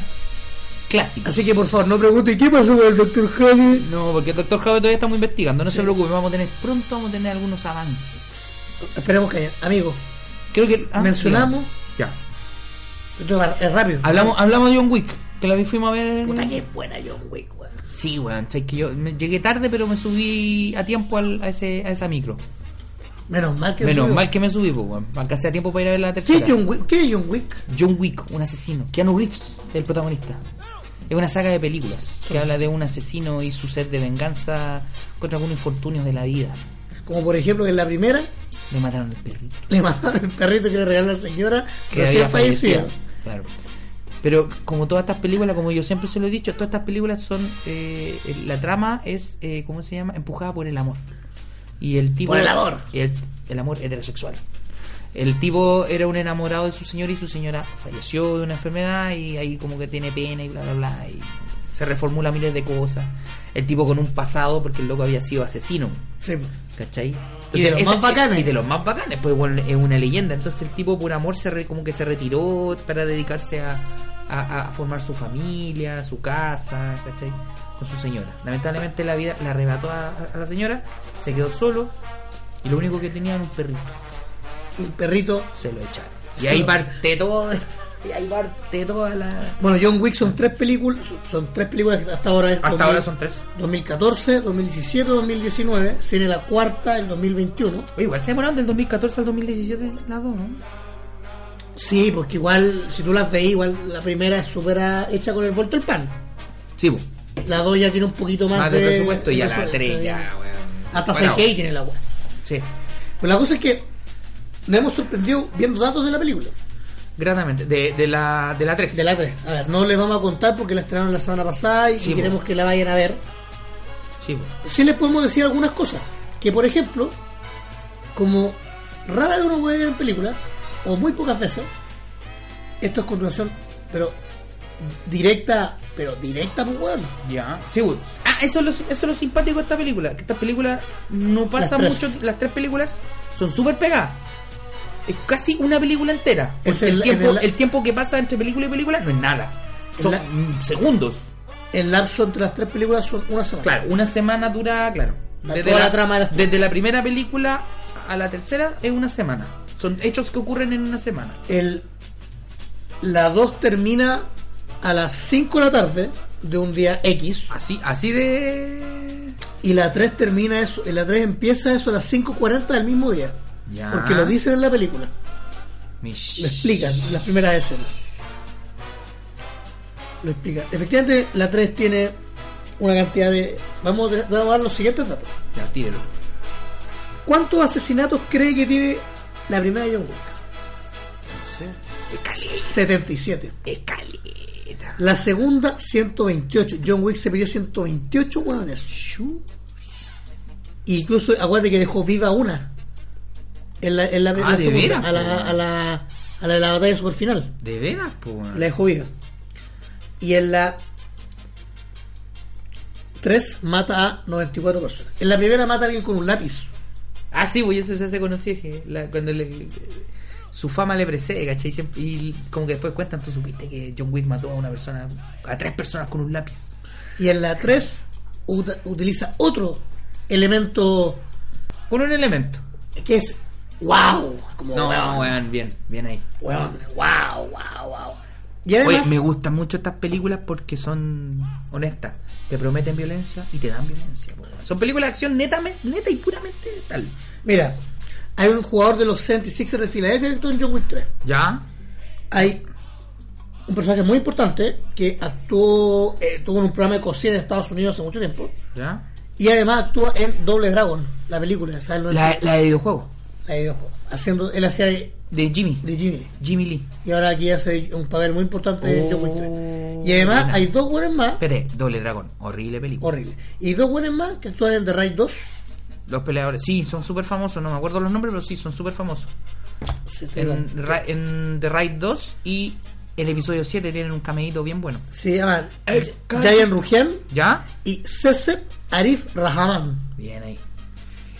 Speaker 3: clásicos.
Speaker 2: Así que por favor, no pregunten qué pasó con el doctor Jade.
Speaker 3: No, porque el doctor Javier todavía estamos investigando, no se preocupe, vamos a tener, pronto vamos a tener algunos avances.
Speaker 2: Esperemos que haya. Amigo,
Speaker 3: Creo que ah,
Speaker 2: mencionamos.
Speaker 3: Ya.
Speaker 2: Esto va- es rápido.
Speaker 3: Hablamos, hablamos de John Wick, que la vi fuimos a ver en-
Speaker 2: Puta que buena John Wick, weón.
Speaker 3: Sí, weón, sabes que yo me- llegué tarde pero me subí a tiempo al- a, ese, a esa micro.
Speaker 2: Menos mal que
Speaker 3: Menos
Speaker 2: subió.
Speaker 3: mal que me subí, pues, weón. Me Alcancé a tiempo para ir a ver la
Speaker 2: ¿Qué
Speaker 3: tercera.
Speaker 2: es John Wick? ¿Qué es John Wick?
Speaker 3: John Wick, un asesino. Keanu Reeves es el protagonista. Es una saga de películas que habla de un asesino y su sed de venganza contra algunos infortunios de la vida.
Speaker 2: Como por ejemplo que en la primera
Speaker 3: Le mataron el perrito.
Speaker 2: le mandaron el perrito que le regaló la señora
Speaker 3: que
Speaker 2: recién
Speaker 3: había
Speaker 2: fallecida.
Speaker 3: fallecido. Claro. Pero como todas estas películas, como yo siempre se lo he dicho, todas estas películas son. eh, la trama es, eh, ¿cómo se llama? Empujada por el amor. Y el tipo.
Speaker 2: Por el amor.
Speaker 3: El, el amor heterosexual. El tipo era un enamorado de su señora y su señora falleció de una enfermedad y ahí como que tiene pena y bla bla bla y se reformula miles de cosas. El tipo con un pasado porque el loco había sido asesino.
Speaker 2: Sí.
Speaker 3: ¿Cachai?
Speaker 2: Y de los más bacanes.
Speaker 3: Y de los más bacanes, pues bueno, es una leyenda. Entonces el tipo por amor se re- como que se retiró para dedicarse a, a- a formar su familia, su casa, ¿cachai? Con su señora. Lamentablemente la vida la arrebató a, a la señora, se quedó solo y lo único que tenía era un perrito.
Speaker 2: El perrito.
Speaker 3: Se lo echaron. Y
Speaker 2: Se
Speaker 3: ahí
Speaker 2: lo-
Speaker 3: parte todo, y ahí parte toda la...
Speaker 2: Bueno, John Wick son tres películas, son tres películas que hasta ahora es
Speaker 3: Hasta
Speaker 2: 2000
Speaker 3: ahora son tres.
Speaker 2: 2014, 2017, 2019, se viene la cuarta el 2021.
Speaker 3: Oye, igual se demoraron del 2014 al 2017 las dos, ¿no?
Speaker 2: Sí, porque igual, si tú las veis, igual la primera es súper ah, hecha con el vuelto el pan.
Speaker 3: Sí, pues.
Speaker 2: La dos ya tiene un poquito más,
Speaker 3: Más de presupuesto y a la
Speaker 2: presupuesto,
Speaker 3: tres ya,
Speaker 2: ya.
Speaker 3: weón.
Speaker 2: Hasta
Speaker 3: Bueno,
Speaker 2: 6K tiene la weá.
Speaker 3: Sí.
Speaker 2: Pero la cosa es que nos hemos sorprendido viendo datos de la película.
Speaker 3: Gratamente, de, de la de la 3.
Speaker 2: De la 3. A ver, no les vamos a contar porque la estrenaron la semana pasada y
Speaker 3: Sí,
Speaker 2: queremos
Speaker 3: po.
Speaker 2: que la vayan a ver.
Speaker 3: Sí, po.
Speaker 2: Sí les podemos decir algunas cosas. Que por ejemplo, como rara vez uno puede ver en película, o muy pocas veces, esto es continuación, pero directa, pero directa, pues bueno.
Speaker 3: Ya. Sí, po. Ah, eso es, lo, eso es lo simpático de esta película. Que estas películas no pasa
Speaker 2: Las tres.
Speaker 3: mucho. Las tres películas son súper pegadas. Es casi una película entera.
Speaker 2: Es
Speaker 3: Porque el,
Speaker 2: el-
Speaker 3: tiempo,
Speaker 2: en el-
Speaker 3: el tiempo que pasa entre película y película no es nada.
Speaker 2: En
Speaker 3: Son
Speaker 2: la-
Speaker 3: mm, segundos.
Speaker 2: El lapso entre las tres películas son una semana.
Speaker 3: Claro, una semana dura, claro.
Speaker 2: La- toda la trama de las tres.
Speaker 3: desde la primera película a la tercera es una semana. Son hechos que ocurren en una semana.
Speaker 2: El, la 2 termina a las 5 de la tarde de un día X.
Speaker 3: Así, así de.
Speaker 2: Y la 3 termina eso, la 3 empieza eso a las 5.40 del mismo día.
Speaker 3: Ya.
Speaker 2: Porque lo dicen en la película.
Speaker 3: Mish.
Speaker 2: Lo explican, las primeras escenas. Lo explican. Efectivamente, la 3 tiene una cantidad de. Vamos a, tener- vamos a dar los siguientes datos.
Speaker 3: Ya, tírelo.
Speaker 2: ¿Cuántos asesinatos cree que tiene la primera de John Wick?
Speaker 3: No sé. Es cali-
Speaker 2: 77.
Speaker 3: es caleta.
Speaker 2: La segunda, 128. John Wick se pidió 128 hueones.
Speaker 3: Shu.
Speaker 2: Incluso, acuérdate que dejó viva una. En la, en la, en la
Speaker 3: Ah, ¿de
Speaker 2: segunda,
Speaker 3: veras,
Speaker 2: a, la,
Speaker 3: po?
Speaker 2: a, la, a la de la batalla super final.
Speaker 3: De veras, po.
Speaker 2: La dejó viva. Y en la 3 mata a 94 personas. En la primera mata a alguien con un lápiz.
Speaker 3: Ah, sí, güey, eso se hace conocido. Que la- cuando le- su fama le precede, ¿cachai? Siempre- y como que después cuentan, tú supiste que John Wick mató a una persona, a tres personas con un lápiz.
Speaker 2: Y en la 3 utiliza otro elemento
Speaker 3: Con un elemento.
Speaker 2: que es wow. Como
Speaker 3: No,
Speaker 2: weón,
Speaker 3: weón, bien, bien ahí.
Speaker 2: weón, wow, wow, wow. Y
Speaker 3: Oye,
Speaker 2: además,
Speaker 3: me gustan mucho estas películas porque son honestas. Te prometen violencia y te dan violencia. po, weón. Son películas de acción neta, neta y puramente tal.
Speaker 2: mira, hay un jugador de los 76ers de Filadelfia que actuó en John Wick 3.
Speaker 3: ¿Ya?
Speaker 2: hay un personaje muy importante que actuó, eh, tuvo en un programa de cocina en Estados Unidos hace mucho tiempo
Speaker 3: ¿Ya?
Speaker 2: y además actúa en Doble Dragon, la película, ¿sabes? Lo
Speaker 3: La, la de videojuego.
Speaker 2: la de videojuego. haciendo, él hacía de,
Speaker 3: De Jimmy.
Speaker 2: de Jimmy
Speaker 3: Jimmy Lee.
Speaker 2: y ahora aquí hace un papel muy importante de John Wick 3. Y además
Speaker 3: Oh, buena.
Speaker 2: hay dos buenas más,
Speaker 3: Espere, Doble Dragón. Horrible película.
Speaker 2: horrible, y dos buenas más que actúan en The Raid 2
Speaker 3: Los peleadores, sí, son súper famosos, no me acuerdo los nombres, pero sí, son súper famosos.
Speaker 2: Se te
Speaker 3: En,
Speaker 2: van.
Speaker 3: Ra- en The Raid 2 y el episodio 7 tienen un cameíto bien bueno.
Speaker 2: Se llaman
Speaker 3: El
Speaker 2: Jayan Rujian
Speaker 3: ¿Ya?
Speaker 2: y Cecep Arif Rahaman.
Speaker 3: Bien ahí.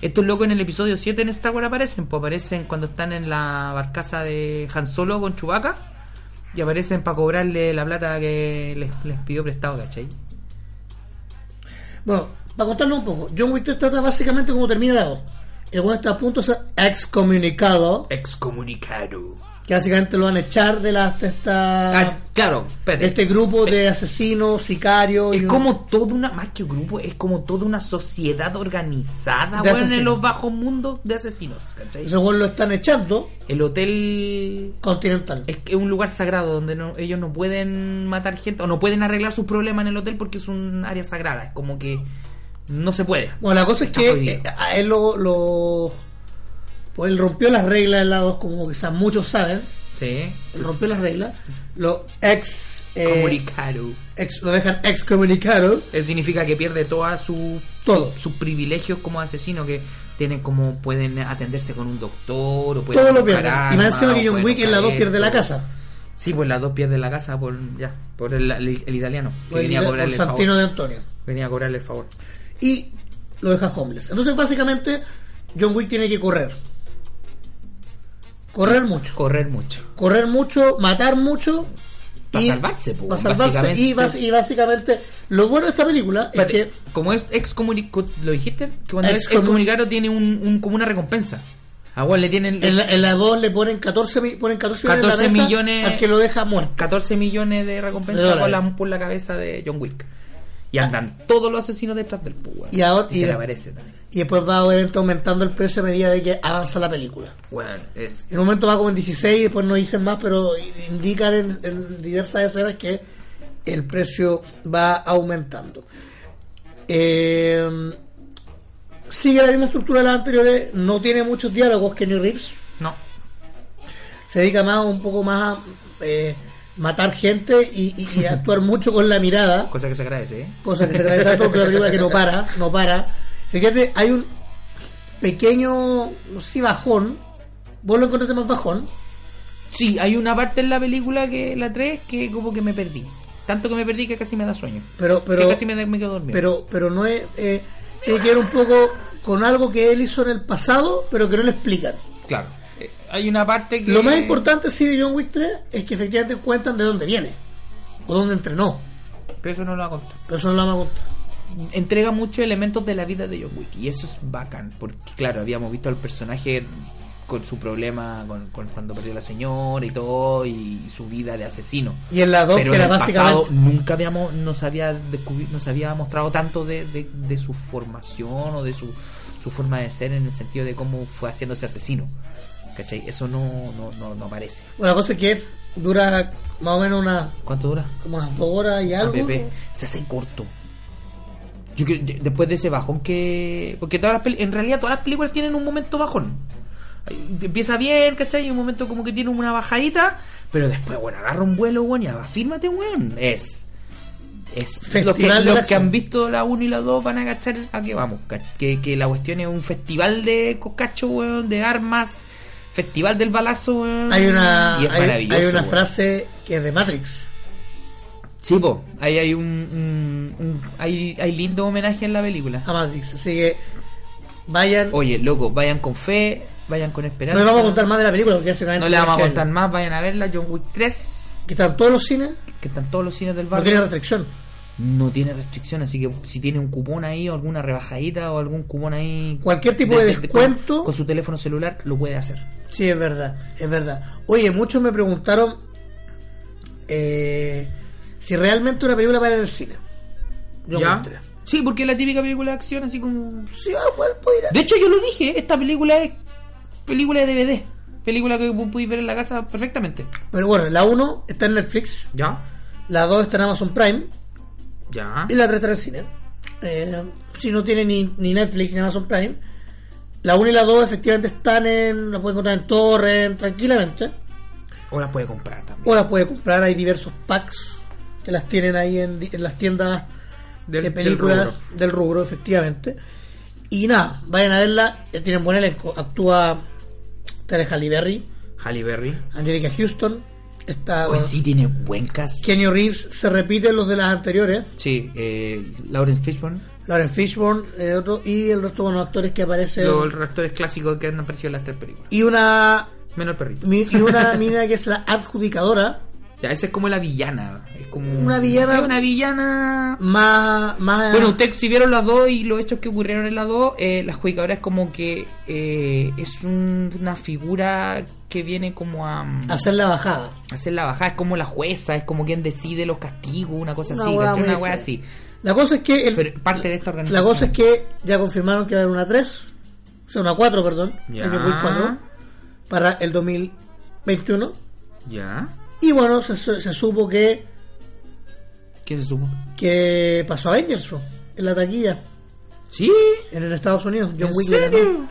Speaker 3: Estos locos en el episodio 7 en Star Wars aparecen, pues aparecen cuando están en la barcaza de Han Solo con Chewbacca y aparecen para cobrarle la plata que les, les pidió prestado, ¿cachai?
Speaker 2: Bueno, para contarnos un poco, John Wick 3 trata básicamente como termina dado. El bueno está a punto de ser excomunicado,
Speaker 3: Excomunicado.
Speaker 2: que básicamente lo van a echar de, la, de esta,
Speaker 3: Ah, claro, espérate.
Speaker 2: de este grupo de asesinos, sicarios. y
Speaker 3: Es
Speaker 2: un-
Speaker 3: como toda una, más que grupo, es como toda una sociedad organizada,
Speaker 2: De
Speaker 3: weón, en
Speaker 2: asesinos.
Speaker 3: los bajos mundos de asesinos, ¿cachai?
Speaker 2: Según lo están echando,
Speaker 3: El hotel
Speaker 2: Continental.
Speaker 3: es, que es un lugar sagrado donde no- ellos no pueden matar gente o no pueden arreglar sus problemas en el hotel porque es un área sagrada, es como que no se puede.
Speaker 2: Bueno, la cosa es
Speaker 3: Está
Speaker 2: que
Speaker 3: prohibido.
Speaker 2: eh, a él lo, lo- Pues él rompió las reglas del lado, como quizás muchos saben.
Speaker 3: Sí.
Speaker 2: Él rompió las reglas. Lo ex. eh,
Speaker 3: Comunicado.
Speaker 2: ex- lo dejan excomunicado.
Speaker 3: Eso significa que pierde todas sus
Speaker 2: Todo.
Speaker 3: sus privilegios como asesino que tienen como pueden atenderse con un doctor o pueden
Speaker 2: Todo lo pierde.
Speaker 3: buscar
Speaker 2: Y
Speaker 3: armas,
Speaker 2: más encima que
Speaker 3: o
Speaker 2: John
Speaker 3: pueden
Speaker 2: Wick en la 2
Speaker 3: buscar
Speaker 2: pierde la
Speaker 3: esto.
Speaker 2: casa.
Speaker 3: Sí, pues las dos pierden la casa por ya, por el, el- el italiano que
Speaker 2: Por
Speaker 3: venía a
Speaker 2: por
Speaker 3: cobrarle el
Speaker 2: Santino
Speaker 3: favor.
Speaker 2: de Antonio.
Speaker 3: Venía a cobrarle el favor.
Speaker 2: Y lo deja homeless. Entonces, básicamente, John Wick tiene que correr. Correr mucho.
Speaker 3: Correr mucho.
Speaker 2: correr mucho, matar mucho.
Speaker 3: Pa'
Speaker 2: y-
Speaker 3: salvarse, po,
Speaker 2: pa' salvarse.
Speaker 3: básicamente.
Speaker 2: Y, bas- y básicamente, lo bueno de esta película es
Speaker 3: Espérate,
Speaker 2: que.
Speaker 3: como es excomunicado, ¿lo dijiste? Que cuando es
Speaker 2: Excomuni-
Speaker 3: excomunicado tiene un, un- como una recompensa. A vos le tienen
Speaker 2: En la, en la 2 le ponen 14, mi- ponen 14, millones, en la
Speaker 3: 14
Speaker 2: mesa
Speaker 3: millones-
Speaker 2: al que lo deja muerto.
Speaker 3: 14 millones de
Speaker 2: De
Speaker 3: recompensa
Speaker 2: dólares.
Speaker 3: por la, por la cabeza de John Wick. Y andan todos los asesinos detrás del púa.
Speaker 2: Y ahora- y
Speaker 3: se le
Speaker 2: de-
Speaker 3: aparecen así.
Speaker 2: Y después va obviamente aumentando el precio a medida de que avanza la película.
Speaker 3: Bueno, es
Speaker 2: En un momento va como en 16, después no dicen más, pero indican en, en diversas escenas que el precio va aumentando. Eh, sigue la misma estructura de las anteriores, no tiene muchos diálogos que New Reeves.
Speaker 3: no.
Speaker 2: se dedica más un poco más a eh, matar gente y, y- y actuar mucho con la mirada,
Speaker 3: Cosa que se agradece, ¿eh?
Speaker 2: cosa que se agradece tanto porque la película que no para, no para. Fíjate, hay un pequeño, no sé, bajón. Vos lo encontraste más bajón.
Speaker 3: Sí, hay una parte en la película que la 3 que como que me perdí. Tanto que me perdí que casi me da sueño.
Speaker 2: Pero,
Speaker 3: que
Speaker 2: pero,
Speaker 3: casi me, da- me quedo dormido.
Speaker 2: pero, pero no es. eh, tiene que ver un poco con algo que él hizo en el pasado, pero que no le explican.
Speaker 3: claro. Eh, Hay una parte que
Speaker 2: Lo más importante, sí, de John Wick 3 es que efectivamente cuentan de dónde viene o dónde entrenó.
Speaker 3: pero eso no lo ha contado.
Speaker 2: Pero eso no lo vamos a contar.
Speaker 3: Entrega muchos elementos de la vida de John Wick y eso es bacán porque claro, habíamos visto al personaje con su problema con, con cuando perdió a la señora y todo y su vida de asesino.
Speaker 2: Y en la 2,
Speaker 3: Pero
Speaker 2: que
Speaker 3: en
Speaker 2: era
Speaker 3: el
Speaker 2: básicamente.
Speaker 3: pasado nunca habíamos nos había descubri- nos había mostrado tanto de, de- de su formación o de su, su forma de ser en el sentido de cómo fue haciéndose asesino. ¿Cachai? Eso no, no, no, no aparece.
Speaker 2: Bueno, la cosa es que dura más o menos unas
Speaker 3: ¿Cuánto dura?
Speaker 2: como unas dos horas y algo.
Speaker 3: APP. Se hace corto. Yo creo- yo- después de ese bajón que. Porque todas las peli- en realidad todas las películas tienen un momento bajón. Ay, Empieza bien, ¿cachai? Y un momento como que tiene una bajadita. Pero después, bueno, agarra un vuelo, weón, y afírmate, weón. Es. Es.
Speaker 2: Festival
Speaker 3: los que,
Speaker 2: de
Speaker 3: los
Speaker 2: la
Speaker 3: que
Speaker 2: acción.
Speaker 3: han visto la 1 y la 2 van a cachar a qué vamos. ca- Que, que la cuestión es un festival de cocacho, weón, de armas. Festival del balazo, weón.
Speaker 2: Hay una,
Speaker 3: Y es
Speaker 2: hay,
Speaker 3: maravilloso,
Speaker 2: hay una
Speaker 3: weón.
Speaker 2: frase que es de Matrix.
Speaker 3: Sí, po, ahí hay un, un- un- hay, hay lindo homenaje en la película.
Speaker 2: A Matrix. Así que vayan.
Speaker 3: Oye, loco, vayan con fe, vayan con
Speaker 2: no
Speaker 3: esperanza.
Speaker 2: les vamos a contar más de la película porque ya se van
Speaker 3: No le vamos a
Speaker 2: que-
Speaker 3: contar más, vayan a verla, John Wick 3,
Speaker 2: Que están todos los cines,
Speaker 3: que están todos los cines del
Speaker 2: no
Speaker 3: barrio.
Speaker 2: tiene restricción.
Speaker 3: No tiene restricción, así que si tiene un cupón ahí o alguna rebajadita o algún cupón ahí...
Speaker 2: Cualquier tipo de
Speaker 3: con-
Speaker 2: descuento.
Speaker 3: Con, su teléfono celular lo puede hacer.
Speaker 2: Sí, es verdad, es verdad. Oye, muchos me preguntaron eh, si realmente una película para ir al cine. Yo encontré.
Speaker 3: Sí, porque es la típica película de acción, así como...
Speaker 2: Sí, ah, bueno, puedo ir a-
Speaker 3: De hecho, yo lo dije, esta película es película de DVD. Película que vos podéis ver en la casa perfectamente.
Speaker 2: Pero bueno, la 1 está en Netflix,
Speaker 3: Ya,
Speaker 2: la 2 está en Amazon Prime,
Speaker 3: ya.
Speaker 2: Y la otra está en el cine. Eh, si no tiene ni, ni Netflix ni Amazon Prime. La 1 y la 2 efectivamente están en. La puede encontrar en Torrent tranquilamente.
Speaker 3: O la puede comprar también.
Speaker 2: O la puede comprar. Hay diversos packs que las tienen ahí en, di- en las tiendas
Speaker 3: Del-
Speaker 2: de
Speaker 3: del
Speaker 2: películas del
Speaker 3: rubro.
Speaker 2: rubro. efectivamente. Y nada, vayan a verla. eh, Tienen buen elenco. Actúa Tere Halle Berry,
Speaker 3: Halle Berry.
Speaker 2: Angelica Houston. Está
Speaker 3: Hoy Pues sí tiene buen cast.
Speaker 2: Kenny Reeves. Se repiten los de las anteriores.
Speaker 3: Sí, eh, Lawrence Fishburne.
Speaker 2: Lauren Fishburne eh, otro, y el resto de los actores que aparecen.
Speaker 3: Los actores clásicos que han aparecido en las tres películas.
Speaker 2: Y una
Speaker 3: Menos el perrito.
Speaker 2: mi- y una mina que es la adjudicadora
Speaker 3: Ya, esa es como la villana. Es como
Speaker 2: Una villana- Ah.
Speaker 3: Es una villana.
Speaker 2: más... más
Speaker 3: Bueno, ustedes si vieron las dos y los hechos que ocurrieron en las dos, eh, la adjudicadora es como que eh, es un- una figura que viene como a mm,
Speaker 2: Hacer la bajada.
Speaker 3: hacer la bajada, es como la jueza, es como quien decide los castigos, una cosa
Speaker 2: Una
Speaker 3: así,
Speaker 2: hueá
Speaker 3: ¿cachai?
Speaker 2: muy
Speaker 3: una wea así.
Speaker 2: diferente. La cosa es que... el-
Speaker 3: Pero parte de esta
Speaker 2: La
Speaker 3: organización.
Speaker 2: cosa es que ya confirmaron que va a haber una 3, o sea, una 4, perdón,
Speaker 3: Ya.
Speaker 2: Hay que poner 4, para el 2021.
Speaker 3: Ya.
Speaker 2: Y bueno, se, su- se supo que,
Speaker 3: ¿Qué se supo?
Speaker 2: que pasó Avengers po, en la taquilla,
Speaker 3: Sí.
Speaker 2: en el Estados Unidos. John
Speaker 3: ¿En
Speaker 2: Wick la ganó.
Speaker 3: serio?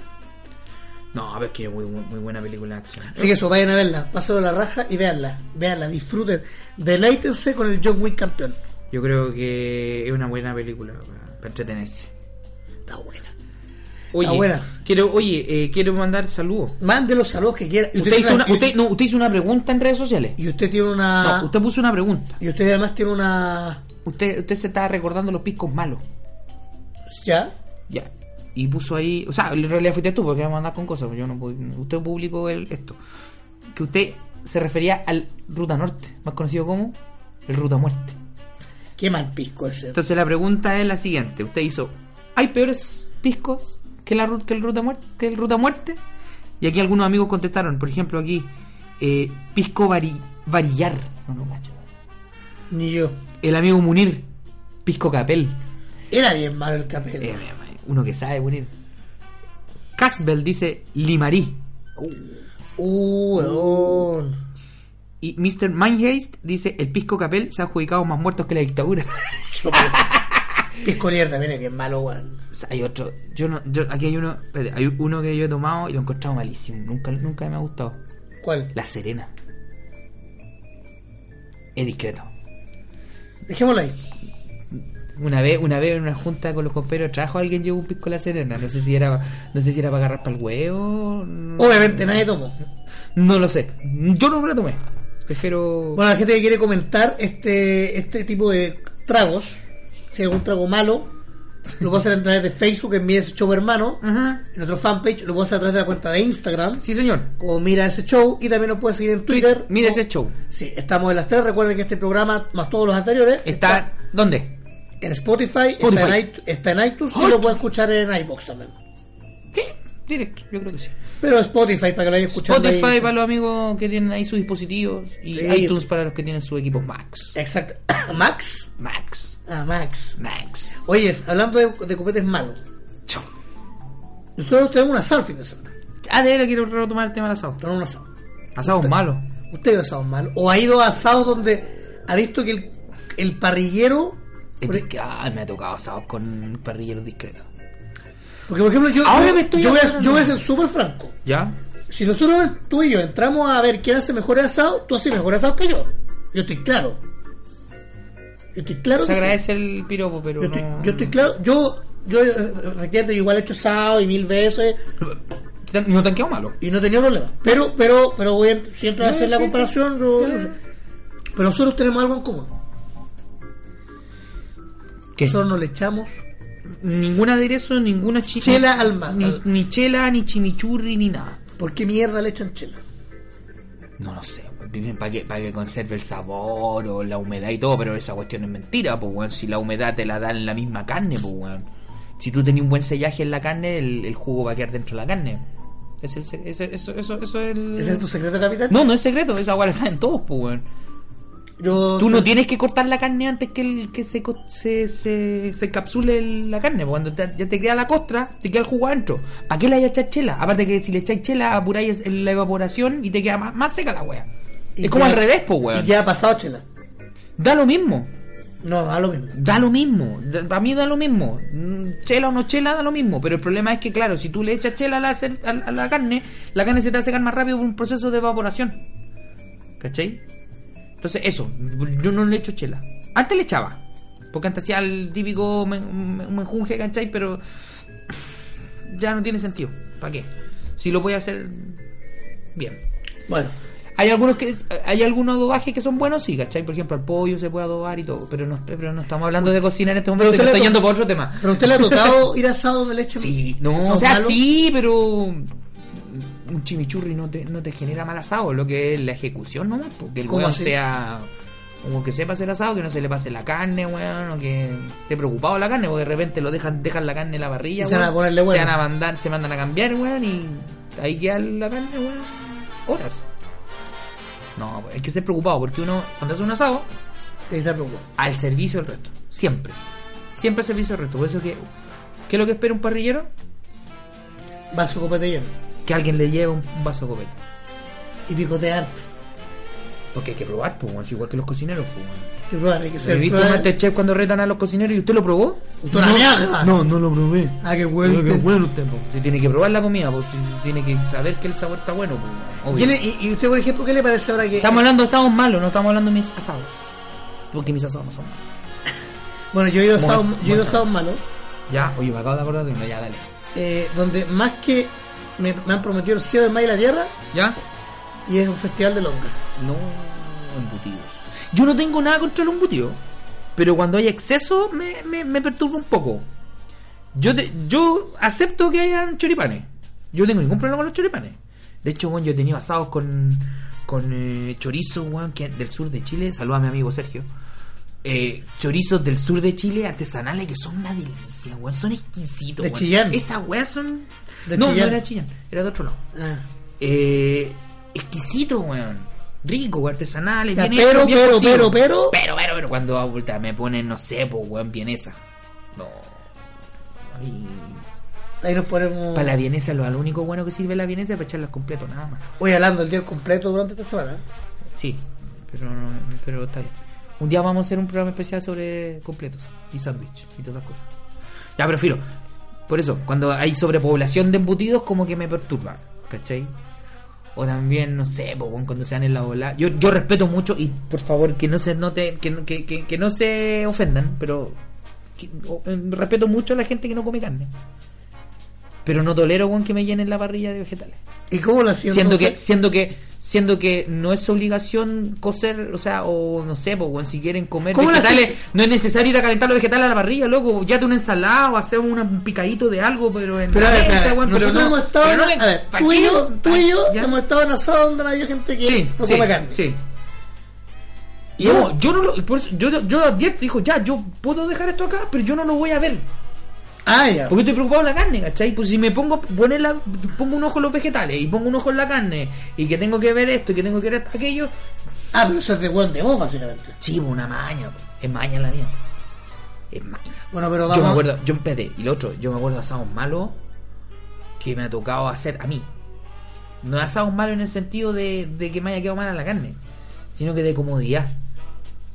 Speaker 3: No, a ver, es que muy, muy, muy buena película de acción.
Speaker 2: Así que eso, vayan a verla, pasen la raja y veanla, veanla, disfruten, deleítense con el John Wick campeón.
Speaker 3: Yo creo que es una buena película para, para entretenerse.
Speaker 2: Está buena.
Speaker 3: Oye,
Speaker 2: buena.
Speaker 3: quiero, oye, eh, quiero mandar saludos.
Speaker 2: Mande los saludos que quieran. Y
Speaker 3: Usted hizo,
Speaker 2: tiene
Speaker 3: una,
Speaker 2: y
Speaker 3: usted, no, usted hizo una pregunta en redes sociales.
Speaker 2: y usted tiene una...
Speaker 3: No, usted puso una pregunta.
Speaker 2: Y usted además tiene una...
Speaker 3: Ah. Usted, usted se estaba recordando los picos malos.
Speaker 2: ¿Ya?
Speaker 3: Ya. Y puso ahí. O sea, en realidad fuiste tú porque vamos a andar con cosas. Yo no puedo- Usted publicó el, esto. Que usted se refería al Ruta Norte, más conocido como el Ruta Muerte.
Speaker 2: Qué mal pisco ese.
Speaker 3: Entonces la pregunta es la siguiente. Usted hizo. ¿Hay peores piscos que, la, ru- que, el, ruta muerte, que el Ruta Muerte? Y aquí algunos amigos contestaron. Por ejemplo, aquí. eh, pisco vari- varillar. No, no, cacho.
Speaker 2: Ni yo.
Speaker 3: El amigo Munir. Pisco Capel.
Speaker 2: Era bien malo el capel.
Speaker 3: Eh, uno que sabe Munir. Casbel dice Limarí.
Speaker 2: Uh, weón.
Speaker 3: Y Mr. Mindhaste dice: El pisco capel se ha adjudicado más muertos que la dictadura.
Speaker 2: Pisco Lier también es bien malo, weón.
Speaker 3: O sea, hay otro. Yo no, yo, aquí hay uno. espérate, hay uno que yo he tomado y lo he encontrado malísimo. Nunca, nunca me ha gustado.
Speaker 2: ¿Cuál?
Speaker 3: La Serena. Es discreto.
Speaker 2: Dejémoslo ahí.
Speaker 3: Una vez, una vez en una junta con los compañeros de trabajo alguien llevó un pisco a la serena. No sé si era, no sé si era para agarrar para el huevo. No,
Speaker 2: Obviamente nadie tomó.
Speaker 3: no lo sé. Yo no me la tomé. Prefiero.
Speaker 2: Bueno, la gente que quiere comentar este, este tipo de tragos, si hay algún trago malo, lo puedo hacer a través de Facebook en Mira ese show, hermano.
Speaker 3: Ajá.
Speaker 2: En nuestro fanpage lo puedo hacer a través de la cuenta de Instagram,
Speaker 3: Sí, señor.
Speaker 2: como Mira ese show. Y también nos puedes seguir en Twitter.
Speaker 3: Mira
Speaker 2: como-
Speaker 3: ese show.
Speaker 2: Sí, estamos en las tres. Recuerden que este programa, más todos los anteriores,
Speaker 3: Está. ¿Dónde?
Speaker 2: en Spotify,
Speaker 3: Spotify.
Speaker 2: Está, en iTunes, está en iTunes y lo puedes escuchar en iBox también.
Speaker 3: Sí, directo, yo creo que sí.
Speaker 2: Pero Spotify, para que lo hayas escuchado.
Speaker 3: Spotify
Speaker 2: ahí.
Speaker 3: para los amigos que tienen ahí sus dispositivos y
Speaker 2: Sí.
Speaker 3: iTunes para los que tienen sus equipos Max.
Speaker 2: Exacto. Max.
Speaker 3: Max.
Speaker 2: Ah, Max.
Speaker 3: Max.
Speaker 2: Oye, hablando de, de copetes malos,
Speaker 3: Chau.
Speaker 2: nosotros tenemos un asado el fin de semana.
Speaker 3: Ah, de verdad quiero retomar el tema del asado.
Speaker 2: Tenemos un asado.
Speaker 3: Asado es malo.
Speaker 2: ¿Usted ha ido a asados malos? ¿O ha ido a asados donde ha visto que el, el parrillero...
Speaker 3: Es
Speaker 2: Porque,
Speaker 3: que, ah, me ha tocado asado con parrilleros discretos.
Speaker 2: porque, por ejemplo, yo,
Speaker 3: Ahora
Speaker 2: yo,
Speaker 3: me estoy
Speaker 2: yo voy a,
Speaker 3: acordando.
Speaker 2: yo voy a ser súper franco.
Speaker 3: ¿Ya?
Speaker 2: Si nosotros, tú y yo, entramos a ver quién hace mejor asado, tú haces mejor asado que yo. Yo estoy claro. Yo estoy claro
Speaker 3: Se
Speaker 2: que sí.
Speaker 3: agradece el piropo, pero
Speaker 2: Yo estoy,
Speaker 3: no...
Speaker 2: yo estoy claro, yo, yo, eh, recuerdo, yo igual he hecho asado y mil veces
Speaker 3: Tan- No te han quedado malo.
Speaker 2: y no tenía problema. Pero, pero, pero voy a, si entro a hacer la
Speaker 3: sí,
Speaker 2: comparación, yo- yo- pero nosotros tenemos algo en común.
Speaker 3: ¿Qué?
Speaker 2: Nosotros no le echamos.
Speaker 3: Ningún aderezo, ninguna chi-
Speaker 2: Chela al mar.
Speaker 3: Ni, ni chela, ni chimichurri, ni nada.
Speaker 2: ¿Por qué mierda le echan chela?
Speaker 3: No lo sé, dicen para que, para que conserve el sabor o la humedad y todo, pero esa cuestión es mentira, pues weón, si la humedad te la dan en la misma carne, pues weón. Si tú tenías un buen sellaje en la carne, el, el jugo va a quedar dentro de la carne. Es el, se- ese- eso, eso, eso es el...
Speaker 2: ¿Ese es tu secreto, capitán?
Speaker 3: No, no es secreto, esa agua la saben todos, pues weón.
Speaker 2: Yo,
Speaker 3: Tú no tienes que cortar la carne antes que, el, que se, co- se, se, se encapsule el- la carne. po. Cuando te- ya te queda la costra, te queda el jugo adentro. ¿Para qué le echas chela? Aparte que si le echáis chela, apuráis es- la evaporación y te queda más, más seca la wea.
Speaker 2: y
Speaker 3: es como
Speaker 2: ya-
Speaker 3: al revés, po, weón.
Speaker 2: Y ya ha pasado chela.
Speaker 3: Da lo mismo.
Speaker 2: No, da lo mismo.
Speaker 3: Da lo mismo. Para mí da lo mismo. Mm, Chela o no chela da lo mismo. Pero el problema es que, claro, si tú le echas chela a la, cer- a, a la carne, la carne se te va a secar más rápido por un proceso de evaporación. ¿Cachai? Entonces, eso. Yo no le echo chela. Antes le echaba. Porque antes hacía el típico men- men- menjunje, ¿cachai? Pero ya no tiene sentido. ¿Para qué? Si lo voy a hacer bien.
Speaker 2: Bueno,
Speaker 3: Hay algunos que hay algunos adobajes que son buenos, sí, ¿cachai? Por ejemplo, al pollo se puede adobar y todo, pero no, pero no estamos hablando de cocina en este momento,
Speaker 2: usted
Speaker 3: yo
Speaker 2: le
Speaker 3: estoy
Speaker 2: to-
Speaker 3: yendo por otro tema.
Speaker 2: pero a usted le ha tocado ir asado donde le echan.
Speaker 3: Sí, no,
Speaker 2: asado
Speaker 3: o sea,
Speaker 2: malo?
Speaker 3: sí, pero un chimichurri no te, no te genera mal asado, lo que es la ejecución nomás, porque el
Speaker 2: ¿Cómo
Speaker 3: weón
Speaker 2: así?
Speaker 3: sea como que sepa hacer asado, que no se le pase la carne, weón, o que esté preocupado la carne, porque de repente lo dejan, dejan la carne en la
Speaker 2: Y
Speaker 3: parrilla,
Speaker 2: se van a
Speaker 3: weón,
Speaker 2: ponerle bueno.
Speaker 3: se van a mandar, se mandan a cambiar, weón, y ahí queda la carne, weón, horas. No, pues, hay que ser preocupado, porque uno, cuando hace un asado,
Speaker 2: Te está preocupado.
Speaker 3: al servicio del resto. Siempre. Siempre al servicio del resto. Por eso que. ¿Qué es lo que espera un parrillero?
Speaker 2: Vaso copete lleno.
Speaker 3: Que alguien le lleve un, un vaso de copete.
Speaker 2: Y picotearte.
Speaker 3: Porque hay que probar, pues, weón, si igual que los cocineros, pues, weón.
Speaker 2: Te probar, hay que
Speaker 3: ¿Has
Speaker 2: ser.
Speaker 3: visto
Speaker 2: probar-
Speaker 3: Masterchef cuando retan a los cocineros y usted lo probó?
Speaker 2: pues. ¡Usted una mierda!
Speaker 3: No, no lo probé.
Speaker 2: Ah, qué bueno.
Speaker 3: Qué bueno usted, pues. Si tiene que probar la comida, pues, si tiene que saber que el sabor está bueno, pues, weón,
Speaker 2: ¿Qué
Speaker 3: obvio.
Speaker 2: le- y, y usted, por ejemplo, qué le parece ahora que.?
Speaker 3: Estamos hablando de asados malos, no estamos hablando de mis asados. Porque mis asados no son malos.
Speaker 2: Bueno, yo he ido a asado-
Speaker 3: Bueno,
Speaker 2: yo he ido a
Speaker 3: bueno.
Speaker 2: asados malos.
Speaker 3: Ya, oye, me acabo de acordar de uno, ya, dale.
Speaker 2: eh, donde más que me, me han prometido el cielo, el mar y la tierra,
Speaker 3: ¿Ya?
Speaker 2: y es un festival de longa.
Speaker 3: No embutidos. Yo no tengo nada contra el embutido, pero cuando hay exceso me, me, me perturba un poco. Yo, te- yo acepto que hayan choripanes. Yo no tengo ningún problema con los choripanes. De hecho, bueno, yo he tenido asados con, con eh, chorizo, weón, que del sur de Chile. Saluda a mi amigo Sergio. Eh, chorizos del sur de Chile artesanales que son una delicia, weón. Son exquisitos,
Speaker 2: De
Speaker 3: weón.
Speaker 2: Chillán.
Speaker 3: Esas weas son.
Speaker 2: De
Speaker 3: no,
Speaker 2: Chillán.
Speaker 3: no era Chillán, era de otro lado.
Speaker 2: Ah.
Speaker 3: Eh, exquisito, weón. Rico, artesanales,
Speaker 2: Ya,
Speaker 3: bien
Speaker 2: pero,
Speaker 3: hecho, bien
Speaker 2: pero,
Speaker 3: cocido.
Speaker 2: pero, pero-
Speaker 3: Pero, pero, pero, cuando adulta me ponen, no sé, pues, weón, vienesa. No. Ay,
Speaker 2: Ahí nos ponemos.
Speaker 3: para la vienesa, lo, lo único bueno que sirve la vienesa es para echarlas completo, nada más.
Speaker 2: Hoy hablando el día completo durante esta semana. ¿eh?
Speaker 3: Sí, pero, no- pero está bien. Un día vamos a hacer un programa especial sobre completos y sándwich y todas esas cosas. Ya, pero filo. Por eso, cuando hay sobrepoblación de embutidos, como que me perturba, ¿cachai? O también, no sé, po, weón, cuando sean en la bola. Yo, yo respeto mucho y por favor que no se note, que, no- que, que, que no se ofendan, pero que- o- eh, respeto mucho a la gente que no come carne. Pero no tolero, weón, que me llenen la parrilla de vegetales
Speaker 2: ¿Y cómo lo hacían?
Speaker 3: siendo que
Speaker 2: entonces?
Speaker 3: siendo que siendo que no es obligación cocer o sea o no sé pues si quieren comer
Speaker 2: ¿Cómo lo
Speaker 3: vegetales
Speaker 2: haces?
Speaker 3: no es necesario ir a calentar los vegetales a la parrilla loco ya una ensalada o hacer una- un picadito de algo pero en
Speaker 2: Pero a
Speaker 3: la
Speaker 2: ver,
Speaker 3: mesa,
Speaker 2: a ver,
Speaker 3: weón, pero
Speaker 2: nosotros
Speaker 3: no-
Speaker 2: hemos estado.
Speaker 3: pero no
Speaker 2: en-
Speaker 3: le-
Speaker 2: a ver,
Speaker 3: ¿pa'
Speaker 2: tú y
Speaker 3: qué?
Speaker 2: yo, tú y yo
Speaker 3: Ya.
Speaker 2: hemos estado en asado donde había gente que
Speaker 3: sí,
Speaker 2: no
Speaker 3: sí,
Speaker 2: come carne.
Speaker 3: sí
Speaker 2: Y
Speaker 3: yo,
Speaker 2: yo-
Speaker 3: yo no lo, por eso- yo, yo, yo lo advierto, dijo, ya, yo puedo dejar esto acá, pero yo no lo voy a ver.
Speaker 2: Ah, ya.
Speaker 3: Porque estoy preocupado en la carne, ¿cachai? Pues si me pongo, poner la- pongo un ojo en los vegetales y pongo un ojo en la carne y que tengo que ver esto y que tengo que ver aquello,
Speaker 2: Ah, pero eso es de guante de vos, básicamente.
Speaker 3: Sí, pues, una maña, pues. es maña la mía. Es maña.
Speaker 2: Bueno, pero vamos.
Speaker 3: Yo me acuerdo, yo espérate, y lo otro, yo me acuerdo de asados malos que me ha tocado hacer a mí. No asados malos en el sentido de, de que me haya quedado mala la carne, sino que de comodidad.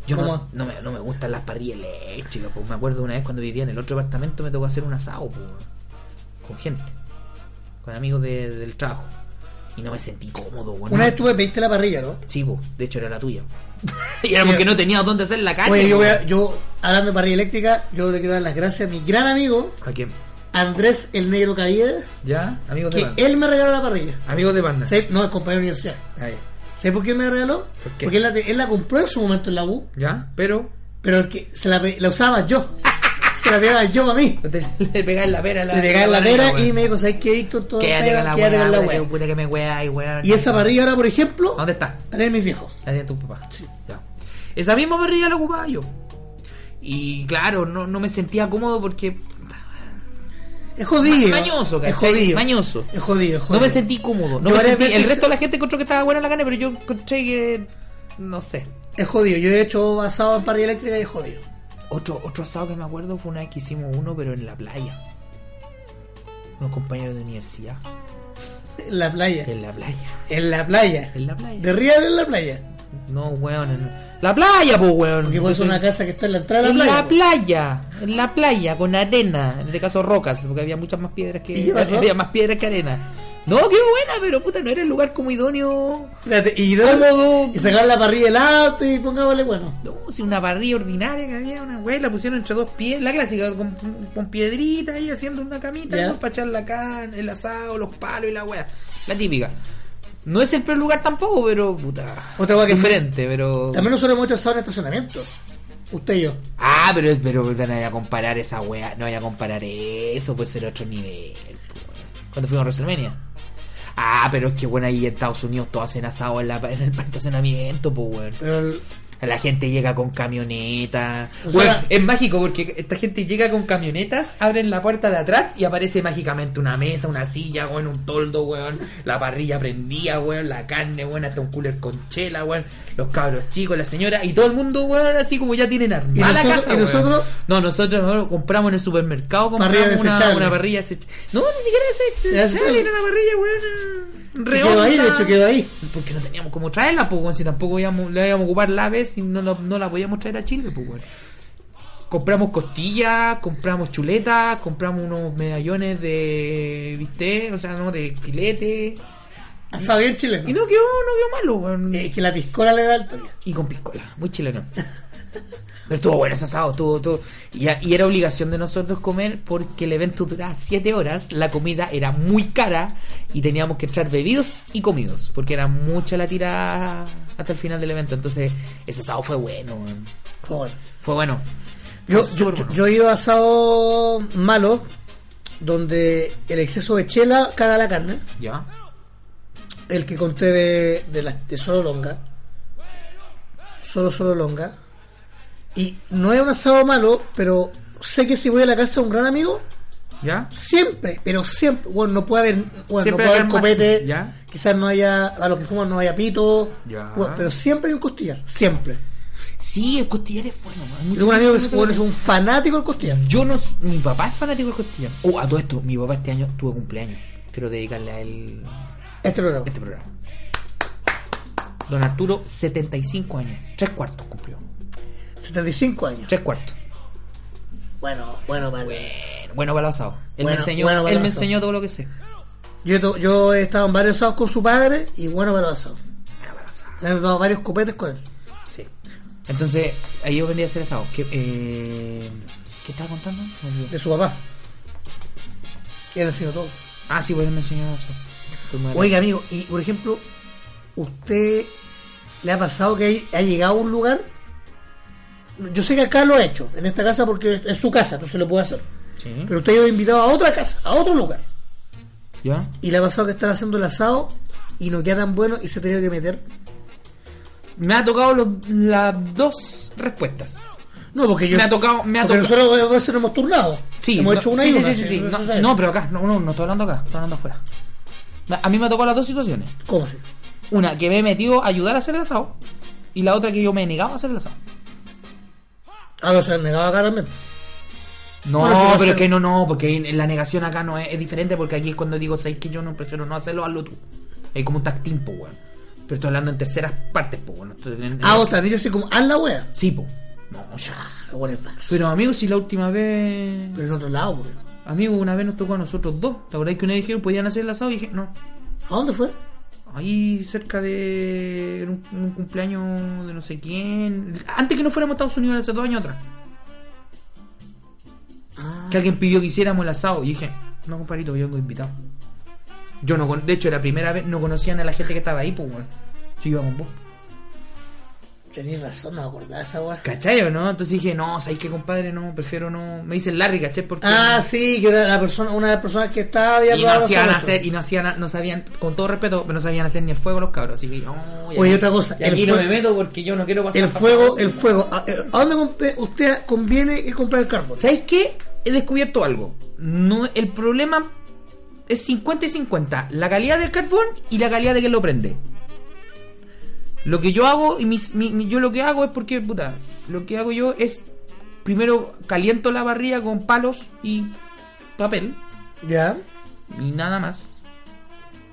Speaker 3: Yo
Speaker 2: ¿Cómo?
Speaker 3: no, no me, no me gustan las parrillas eléctricas, pues me acuerdo una vez cuando vivía en el otro apartamento me tocó hacer un asado, pues, con gente, con amigos de- del trabajo. Y no me sentí cómodo, weón.
Speaker 2: Una vez tú me pediste la parrilla, ¿no?
Speaker 3: Sí, po, de hecho era la tuya. y era porque no tenía dónde hacer la carne. pues.
Speaker 2: Oye, yo,
Speaker 3: po.
Speaker 2: voy a- yo, hablando de parrilla eléctrica, yo le quiero dar las gracias a mi gran amigo,
Speaker 3: ¿A quién?
Speaker 2: Andrés el Negro Caída,
Speaker 3: ¿Ya? Amigos
Speaker 2: que él me regaló la parrilla.
Speaker 3: Amigos de banda.
Speaker 2: ¿Sabes? No, el compañero de universidad.
Speaker 3: Ahí.
Speaker 2: ¿Sabes por qué me la regaló?
Speaker 3: ¿Por qué?
Speaker 2: Porque él la, te- él la compró en su momento en la U,
Speaker 3: ¿Ya? Pero
Speaker 2: pero el que se la, pe- la usaba yo. se la pegaba yo a mí.
Speaker 3: te- le pegáis la pera a la
Speaker 2: Le pegaba la
Speaker 3: banana,
Speaker 2: pera
Speaker 3: weón.
Speaker 2: y me dijo, ¿sabes qué, Víctor? Todo
Speaker 3: Quédate
Speaker 2: pega,
Speaker 3: con la
Speaker 2: quédate
Speaker 3: weá,
Speaker 2: con la
Speaker 3: puta que-
Speaker 2: weá".
Speaker 3: puta que me weá y weá.
Speaker 2: Y esa parrilla ahora, por ejemplo,
Speaker 3: ¿Dónde está?
Speaker 2: la de mis viejos.
Speaker 3: La de tu papá. Ya. Esa misma parrilla la ocupaba yo. Y claro, no, no me sentía cómodo porque.
Speaker 2: Es jodido.
Speaker 3: Mañoso,
Speaker 2: es
Speaker 3: ¿cachai?
Speaker 2: jodido.
Speaker 3: Mañoso.
Speaker 2: Es jodido, es
Speaker 3: No
Speaker 2: jodido.
Speaker 3: me sentí cómodo.
Speaker 2: Yo
Speaker 3: No me
Speaker 2: varias
Speaker 3: sentí- el
Speaker 2: veces-
Speaker 3: resto de la gente encontró que estaba buena la carne, pero yo encontré que. No sé.
Speaker 2: Es jodido. Yo he hecho asado en parrilla eléctrica y es jodido.
Speaker 3: Otro, otro asado que me acuerdo fue una vez que hicimos uno, pero en la playa. Unos compañeros de universidad.
Speaker 2: En la playa.
Speaker 3: En la playa.
Speaker 2: En la playa.
Speaker 3: En la playa.
Speaker 2: De real en la playa.
Speaker 3: No, weón. en- La playa, pues, weón.
Speaker 2: Porque puede ser una casa que está en la entrada de
Speaker 3: en
Speaker 2: la playa.
Speaker 3: la playa, en la playa, con arena, en este caso rocas, porque había muchas más piedras que
Speaker 2: ¿Y qué pasó?
Speaker 3: había más piedras que arena. No, qué buena, pero puta, no era el lugar como idóneo.
Speaker 2: Espérate, y,
Speaker 3: Cómodo.
Speaker 2: y sacar la parrilla del auto y pongámosle bueno.
Speaker 3: No, si una parrilla ordinaria que había, una weá, y la pusieron entre dos pies, la clásica, con, con piedrita ahí haciendo una camita
Speaker 2: Ya.
Speaker 3: ¿no? para echar la carne, el asado, los palos y la weá. La típica. No es el peor lugar tampoco, pero puta.
Speaker 2: Otra weá que-
Speaker 3: diferente, pero.
Speaker 2: También nosotros hemos hecho asado en estacionamiento. Usted y yo.
Speaker 3: Ah, pero, pero puta, no voy a comparar esa weá, no voy a comparar eso, pues era otro nivel. pues, weón. Cuando fuimos a WrestleMania. Ah, pero es que bueno, ahí en Estados Unidos todos hacen asado en, la, en el estacionamiento, pues weón.
Speaker 2: Pero el-
Speaker 3: La gente llega con camioneta.
Speaker 2: O sea-
Speaker 3: Bueno, es mágico porque esta gente llega con camionetas, abren la puerta de atrás y aparece mágicamente una mesa, una silla, weón, un toldo, weón, la parrilla prendida, weón, la carne, weón, hasta un cooler con chela, weón, los cabros chicos, la señora y todo el mundo, weón, así como ya tienen armada
Speaker 2: ¿Y nosotros-
Speaker 3: la casa,
Speaker 2: y
Speaker 3: weón.
Speaker 2: nosotros?
Speaker 3: No, nosotros, nosotros compramos en el supermercado, compramos
Speaker 2: Parrilla
Speaker 3: una,
Speaker 2: desechable.
Speaker 3: una parrilla desech- No, ni siquiera
Speaker 2: Ya,
Speaker 3: desechable, era una parrilla, weón,
Speaker 2: que quedó ahí, de
Speaker 3: redonda.
Speaker 2: hecho quedó ahí.
Speaker 3: Porque no teníamos cómo traerla, pues, weón. Si tampoco íbamos, la íbamos a ocupar la vez y no, la- no la podíamos traer a Chile, pues, weón. Compramos costillas, compramos chuletas, compramos unos medallones de bistec, o sea, no, de filete.
Speaker 2: Asado bien chileno.
Speaker 3: Y no quedó, no quedó malo, weón.
Speaker 2: Eh, que la piscola le da el toque.
Speaker 3: Y con piscola, muy chileno. Pero estuvo bueno ese asado, estuvo, estuvo- Y, a- y era obligación de nosotros comer porque el evento duraba 7 horas, la comida era muy cara y teníamos que echar bebidos y comidos, porque era mucha la tira hasta el final del evento. Entonces, ese asado fue bueno, weón.
Speaker 2: Joder.
Speaker 3: fue bueno.
Speaker 2: Yo,
Speaker 3: Fue
Speaker 2: yo,
Speaker 3: súper
Speaker 2: yo,
Speaker 3: bueno.
Speaker 2: yo he ido a asado malo, donde el exceso de chela caga la carne.
Speaker 3: ¿Ya?
Speaker 2: El que conté de, de, la, de solo longa. Solo, solo longa. Y no es un asado malo, pero sé que si voy a la casa de un gran amigo,
Speaker 3: ¿Ya?
Speaker 2: siempre, pero siempre, bueno, no puede haber, bueno,
Speaker 3: Siempre
Speaker 2: no puede
Speaker 3: hay
Speaker 2: haber
Speaker 3: más,
Speaker 2: copete,
Speaker 3: ya.
Speaker 2: quizás no haya, a los que fuman no haya pito,
Speaker 3: Ya.
Speaker 2: bueno, pero siempre hay un costillar, siempre.
Speaker 3: Sí, el costillar es bueno, weón.
Speaker 2: Yo tengo un amigo que es, bueno, es un fanático del costillar.
Speaker 3: Yo no. s- Mi papá es fanático del costillar. Oh, a todo esto, mi papá este año tuvo cumpleaños. Quiero dedicarle a él
Speaker 2: Este programa.
Speaker 3: este programa. Don Arturo, 75 años. Tres cuartos cumplió.
Speaker 2: 75 años.
Speaker 3: Tres cuartos.
Speaker 2: Bueno, bueno, vale.
Speaker 3: Bueno, bueno para el asado. Él me
Speaker 2: Bueno,
Speaker 3: enseñó,
Speaker 2: bueno para
Speaker 3: él
Speaker 2: el
Speaker 3: me
Speaker 2: asado.
Speaker 3: enseñó todo lo que sé.
Speaker 2: Yo, he to- yo he estado en varios asados con su padre y bueno, para los asados.
Speaker 3: Bueno para el asado.
Speaker 2: Le he dado varios copetes con él.
Speaker 3: Sí. Entonces, ahí yo vendí a hacer asado. ¿Qué, eh, ¿qué estaba contando? Me olvidé.
Speaker 2: de su papá. Y él enseñó todo.
Speaker 3: Ah, sí, pues él me enseñó eso. Fue muy
Speaker 2: Oiga, amigo, y por ejemplo, ¿usted le ha pasado que hay- ha llegado a un lugar? Yo sé que acá lo ha hecho, en esta casa, porque es su casa, entonces lo puede hacer.
Speaker 3: Sí.
Speaker 2: Pero usted ha ido invitado a otra casa, a otro lugar.
Speaker 3: ¿Ya?
Speaker 2: Y le ha pasado que están haciendo el asado y no queda tan bueno y se ha tenido que meter.
Speaker 3: Me ha tocado los- las dos respuestas.
Speaker 2: No, porque yo.
Speaker 3: Me ha tocado- me ha
Speaker 2: porque
Speaker 3: tocado.
Speaker 2: nosotros a veces nos hemos turnado.
Speaker 3: Sí,
Speaker 2: Hemos
Speaker 3: no-
Speaker 2: hecho una
Speaker 3: sí,
Speaker 2: y
Speaker 3: sí,
Speaker 2: una.
Speaker 3: sí, sí,
Speaker 2: si
Speaker 3: sí.
Speaker 2: no
Speaker 3: No,
Speaker 2: se sabe.
Speaker 3: no, pero acá, no, no, no estoy hablando acá, estoy hablando afuera. A mí me ha tocado las dos situaciones.
Speaker 2: ¿Cómo así?
Speaker 3: Una que me he metido a ayudar a hacer el asado y la otra que yo me he negado a hacer el asado.
Speaker 2: Ah, no, se han negado acá también.
Speaker 3: No,
Speaker 2: Bueno, pero
Speaker 3: pero
Speaker 2: se-
Speaker 3: es que no, no, porque en- en la negación acá no es, es diferente porque aquí es cuando digo, sabes que yo no prefiero no hacerlo, hazlo tú. Es como un tag team, po, weón. Pero estoy hablando en terceras partes, po, weón. Estoy en- en-
Speaker 2: Ah, otra, yo así como, haz la wea.
Speaker 3: Sí, po. No, ya.
Speaker 2: Ah, bueno, es falso.
Speaker 3: Pero amigos, si la última vez...
Speaker 2: Pero en otro lado, güey.
Speaker 3: Amigos, una vez nos tocó a nosotros dos. La verdad es que una vez dijeron, podían hacer el asado y dije, no.
Speaker 2: ¿A dónde fue?
Speaker 3: Ahí cerca de era un, un cumpleaños de no sé quién. Antes que no fuéramos a Estados Unidos hace dos años atrás.
Speaker 2: Ah,
Speaker 3: Que alguien pidió que hiciéramos el asado. Y dije, no, compadrito, yo vengo invitado. Yo no con- de hecho, la primera vez no conocían a la gente que estaba ahí, pues bueno. Yo iba con vos.
Speaker 2: Tenéis razón, no me acordaba de esa wea.
Speaker 3: ¿Cachai o no? Entonces dije, no, ¿sabes qué, compadre? No, prefiero no. Me dicen Larry, ¿cachai? Porque
Speaker 2: Ah, sí, que era la persona, una de las personas que estaba había
Speaker 3: y no
Speaker 2: probado
Speaker 3: hacían
Speaker 2: nosotros.
Speaker 3: hacer, y no hacían, no sabían, con todo respeto, pero no sabían hacer ni el fuego los cabros. Así que, oh, y
Speaker 2: Oye,
Speaker 3: aquí-
Speaker 2: otra cosa,
Speaker 3: y
Speaker 2: el
Speaker 3: aquí no
Speaker 2: fue-
Speaker 3: me meto porque yo no quiero pasar
Speaker 2: El
Speaker 3: pasar-
Speaker 2: fuego, el fuego. ¿A, a dónde comp- eh, usted conviene ir a comprar el carbón?
Speaker 3: ¿Sabes qué? He descubierto algo. No, el problema es 50 y 50. La calidad del carbón y la calidad de quien lo prende. Lo que yo hago, y mis- mi- mi- yo lo que hago es porque, puta, lo que hago yo es primero caliento la barriga con palos y papel
Speaker 2: Ya.
Speaker 3: y nada más.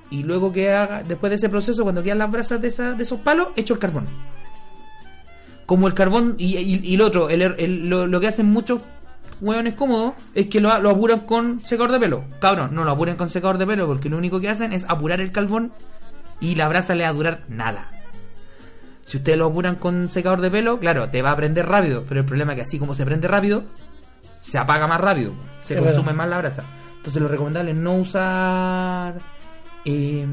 Speaker 3: Y luego que haga, después de ese proceso, cuando quedan las brasas de, esa- de esos palos, echo el carbón. Como el carbón y, y- y el otro, el, el- lo, lo que hacen muchos hueones cómodos es que lo, lo apuran con secador de pelo. Cabrón, no lo apuren con secador de pelo porque lo único que hacen es apurar el carbón y la brasa le va a durar nada. Si ustedes lo apuran con secador de pelo, claro, te va a prender rápido, pero el problema es que así como se prende rápido, se apaga más rápido, se
Speaker 2: Es
Speaker 3: consume
Speaker 2: verdad.
Speaker 3: más la brasa. Entonces lo recomendable es no usar eh,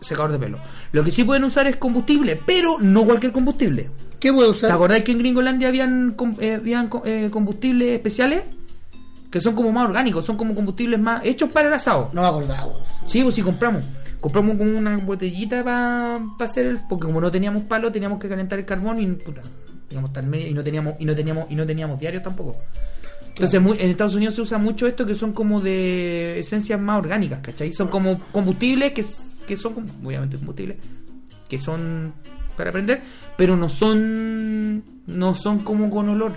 Speaker 3: secador de pelo. Lo que sí pueden usar es combustible, pero no cualquier combustible.
Speaker 2: ¿Qué puedo
Speaker 3: ¿Te
Speaker 2: usar?
Speaker 3: acordáis que en Gringolandia habían, com- eh, habían co- eh, combustibles especiales? Que son como más orgánicos, son como combustibles más hechos para el asado.
Speaker 2: No me acordaba, weón.
Speaker 3: Sí, pues sí, compramos. Compramos como una botellita para hacer el. Porque como no teníamos palo, teníamos que calentar el carbón y puta. Digamos, tan medio, y no teníamos, y no teníamos, y no teníamos diario tampoco. Entonces muy- en Estados Unidos se usa mucho esto que son como de esencias más orgánicas, ¿cachai? Son como combustibles que, s- que son, como- obviamente combustibles, que son para prender, pero no son no son como con olor.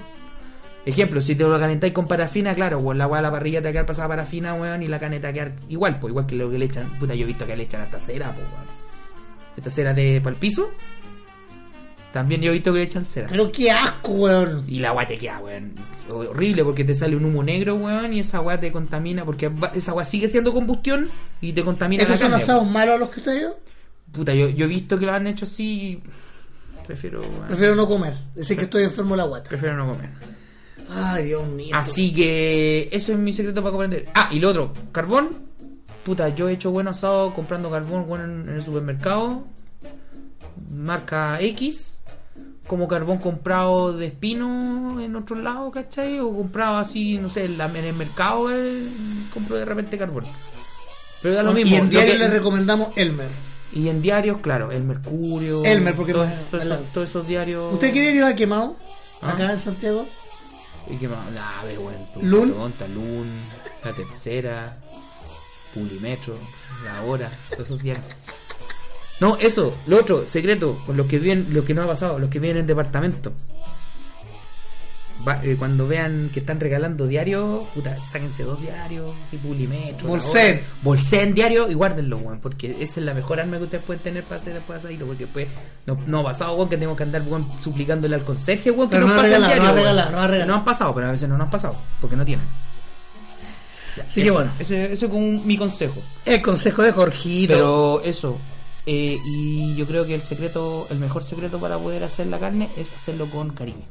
Speaker 3: Ejemplo, si te lo calentáis con parafina, claro, weón, la weá de la parrilla te va a quedar pasada parafina, weón, y la caneta va a quedar igual, pues igual que lo que le echan, puta, yo he visto que le echan hasta cera, pues weón. Esta cera de para el piso, también yo he visto que le echan cera.
Speaker 2: Pero qué asco, weón.
Speaker 3: Y la weá te queda, weón. Horrible porque te sale un humo negro, weón, y esa weá te contamina, porque va- esa weá sigue siendo combustión y te contamina
Speaker 2: ¿Esos son
Speaker 3: carne,
Speaker 2: asados malos los que usted dio?
Speaker 3: weón. Puta, yo, yo he visto que lo han hecho así y prefiero, weón, prefiero...
Speaker 2: Prefiero no comer. Decir que estoy enfermo de la guata.
Speaker 3: no comer.
Speaker 2: Ay, Dios mío.
Speaker 3: Así que eso es mi secreto para comprender. Ah, y lo otro, carbón. Puta, yo he hecho buen asado comprando carbón bueno, en el supermercado. Marca X. Como carbón comprado de espino en otro lado, ¿cachai? O comprado así, no sé, en, la- en el mercado eh, compro de repente carbón. Pero da lo mismo.
Speaker 2: Y en
Speaker 3: lo
Speaker 2: diario
Speaker 3: que-
Speaker 2: le recomendamos Elmer.
Speaker 3: y en diarios, claro, el Mercurio.
Speaker 2: Elmer, porque
Speaker 3: todos
Speaker 2: no-
Speaker 3: esos- todos esos- todos esos diarios.
Speaker 2: ¿Usted quiere que haya quemado?
Speaker 3: Ah.
Speaker 2: Acá en Santiago.
Speaker 3: ¿Y qué más? La ave, weón. tu
Speaker 2: Lun.
Speaker 3: tonta, Lun, la tercera, Pulimetro, la hora, todos esos días. No, eso, lo otro, secreto, con los que vienen, lo que no ha pasado, los que vienen en el departamento. Va- eh, cuando vean que están regalando diarios, puta, sáquense dos diarios, y Pulimetro, La
Speaker 2: Bolsén.
Speaker 3: Hora. Bolsén diario y guárdenlo, weón, porque esa es la mejor arma que ustedes pueden tener para hacer después de salir, porque después no, no ha pasado, weón, que tenemos que andar, weón, suplicándole al conserje, weón, que
Speaker 2: Pero
Speaker 3: nos
Speaker 2: no ha
Speaker 3: pase el
Speaker 2: regalado,
Speaker 3: diario,
Speaker 2: no ha
Speaker 3: weón.
Speaker 2: regalado, no ha regalado.
Speaker 3: No han pasado, pero a veces no nos han pasado, porque no tienen.
Speaker 2: Así que bueno.
Speaker 3: Eso, eso es como un- mi consejo.
Speaker 2: El consejo de Jorgito.
Speaker 3: Pero eso. eh, y yo creo que el secreto, el mejor secreto para poder hacer la carne es hacerlo con cariño.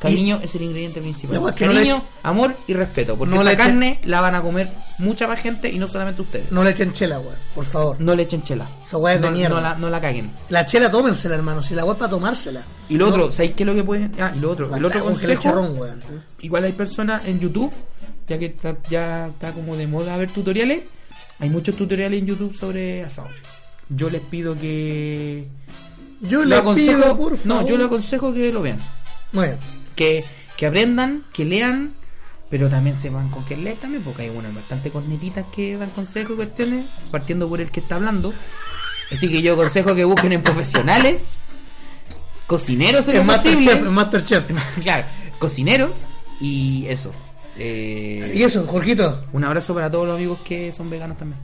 Speaker 3: Cariño es el ingrediente principal.
Speaker 2: No, es que no
Speaker 3: cariño,
Speaker 2: le-
Speaker 3: amor y respeto. Porque
Speaker 2: No
Speaker 3: la
Speaker 2: le echen-
Speaker 3: carne la van a comer mucha más gente y no solamente ustedes. No,
Speaker 2: No le echen chela, weón. Por favor.
Speaker 3: le echen chela.
Speaker 2: Esa weá es de
Speaker 3: No-
Speaker 2: mierda.
Speaker 3: no la, no la caguen.
Speaker 2: La chela tómensela, hermano. Si la weá es para tomársela.
Speaker 3: Y lo
Speaker 2: No,
Speaker 3: otro, ¿sabéis qué es lo que pueden? Ah, y lo otro,
Speaker 2: la
Speaker 3: el otro
Speaker 2: cago en que le
Speaker 3: consejo. ¿eh?
Speaker 2: eche ron, weón.
Speaker 3: Igual hay personas en YouTube, ya que está, ya está como de moda ver tutoriales, hay muchos tutoriales en YouTube sobre asado. Yo les pido que...
Speaker 2: Yo le pido, por favor.
Speaker 3: no, yo le aconsejo que lo vean.
Speaker 2: Muy bien.
Speaker 3: Que, que aprendan, que lean, pero también se van con que leer también, porque hay unas bastante cornetitas que dan consejos y cuestiones, partiendo por el que está hablando. Así que yo aconsejo que busquen en profesionales, cocineros en
Speaker 2: Es
Speaker 3: lo posible.
Speaker 2: Masterchef, es Masterchef.
Speaker 3: Claro, cocineros y eso. Eh,
Speaker 2: Y eso, Jorgito.
Speaker 3: un abrazo para todos los amigos que son veganos también.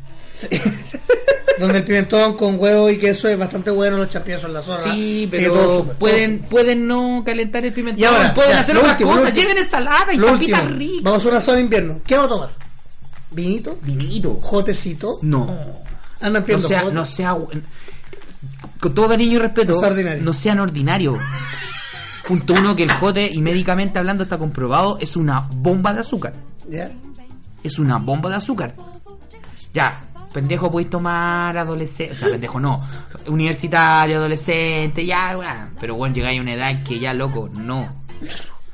Speaker 2: Donde el pimentón con huevo y queso es bastante bueno, los champiñones son la zona.
Speaker 3: Sí,
Speaker 2: Así que Ah, todo
Speaker 3: pero
Speaker 2: súper,
Speaker 3: pueden, pueden no calentar el pimentón,
Speaker 2: Y ahora,
Speaker 3: pueden
Speaker 2: ya,
Speaker 3: hacer
Speaker 2: lo
Speaker 3: otras
Speaker 2: último, lo
Speaker 3: cosas,
Speaker 2: último.
Speaker 3: lleven ensalada y
Speaker 2: Lo
Speaker 3: papitas
Speaker 2: último,
Speaker 3: ricas.
Speaker 2: Vamos a una zona de invierno. ¿Qué vamos a tomar? ¿Vinito?
Speaker 3: Vinito.
Speaker 2: ¿Jotecito?
Speaker 3: No.
Speaker 2: Andan
Speaker 3: No
Speaker 2: pidiendo
Speaker 3: sea,
Speaker 2: jote.
Speaker 3: no sea con todo cariño y respeto,
Speaker 2: No sea ordinario.
Speaker 3: no sean ordinarios. Punto uno, que el jote, y médicamente hablando está comprobado, es una bomba de azúcar.
Speaker 2: ¿Ya?
Speaker 3: es una bomba de azúcar. Ya, pendejo podéis tomar adolescente, o sea, pendejo no, universitario, adolescente, ya, weón. Pero bueno, llegáis a una edad en que ya, loco, no.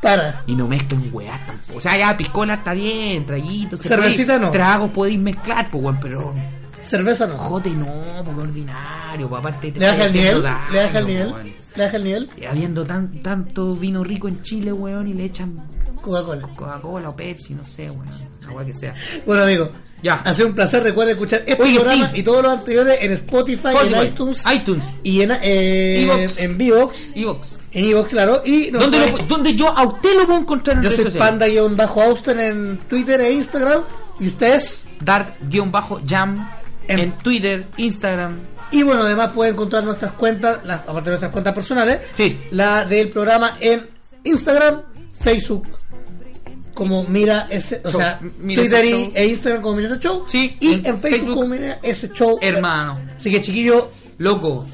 Speaker 2: Para.
Speaker 3: Y no mezclen weá tampoco. O sea, ya piscola está bien, traguitos, se
Speaker 2: Cervecita
Speaker 3: puede-
Speaker 2: no.
Speaker 3: Tragos podéis mezclar, pues weón, pero
Speaker 2: Cerveza no.
Speaker 3: jote no, porque ordinario, pues aparte te
Speaker 2: ¿Le baja
Speaker 3: estáis
Speaker 2: el nivel?
Speaker 3: haciendo daño,
Speaker 2: ¿Le baja el
Speaker 3: pues,
Speaker 2: nivel?
Speaker 3: weón.
Speaker 2: ¿Le baja el nivel?
Speaker 3: Y Habiendo tan, tanto vino rico en Chile, weón, y le echan
Speaker 2: Coca-Cola.
Speaker 3: Coca-Cola o Pepsi, no sé, weón, agua que sea.
Speaker 2: Bueno, amigo.
Speaker 3: Ya.
Speaker 2: Ha sido un placer. Recuerda escuchar este
Speaker 3: Oye,
Speaker 2: programa
Speaker 3: sí.
Speaker 2: y todos los anteriores en Spotify, en
Speaker 3: Spotify,
Speaker 2: iTunes.
Speaker 3: iTunes.
Speaker 2: Y en eh,
Speaker 3: Evox.
Speaker 2: en Vivox.
Speaker 3: Evox.
Speaker 2: En Evox, claro. Y nos
Speaker 3: ¿Dónde,
Speaker 2: pueden-
Speaker 3: lo- dónde yo a usted lo puedo encontrar en
Speaker 2: Yo
Speaker 3: redes
Speaker 2: soy
Speaker 3: sociales?
Speaker 2: panda-austin en Twitter e Instagram. Y ustedes.
Speaker 3: Dart-jam en,
Speaker 2: En-
Speaker 3: Twitter, Instagram.
Speaker 2: Y bueno, además pueden encontrar nuestras cuentas, las, aparte de nuestras cuentas personales,
Speaker 3: Sí.
Speaker 2: la del programa en Instagram, Facebook, como Mira ese, o
Speaker 3: Show.
Speaker 2: sea,
Speaker 3: Mira
Speaker 2: Twitter
Speaker 3: ese
Speaker 2: y-
Speaker 3: show.
Speaker 2: e Instagram como Mira ese show.
Speaker 3: Sí,
Speaker 2: y
Speaker 3: en
Speaker 2: en, Facebook,
Speaker 3: Facebook
Speaker 2: como Mira ese show.
Speaker 3: Hermano.
Speaker 2: Así que chiquillo,
Speaker 3: Loco, un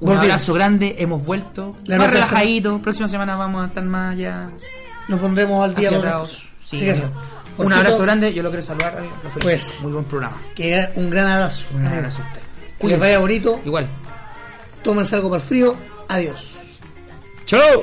Speaker 2: Volvimos.
Speaker 3: abrazo grande, hemos vuelto.
Speaker 2: La
Speaker 3: más
Speaker 2: verdad es-
Speaker 3: relajadito, próxima semana vamos a estar más ya
Speaker 2: nos pondremos al día. con-
Speaker 3: afiatados. Sí.
Speaker 2: Así que eso.
Speaker 3: Un
Speaker 2: Jorgito,
Speaker 3: abrazo grande, yo lo quiero saludar. amigo, lo felicito.
Speaker 2: Pues.
Speaker 3: muy buen programa.
Speaker 2: Que un gran abrazo.
Speaker 3: Un
Speaker 2: amigo.
Speaker 3: abrazo a usted.
Speaker 2: Que les vaya bonito.
Speaker 3: Igual.
Speaker 2: Tómense algo para el frío. Adiós.
Speaker 3: ¡Chao!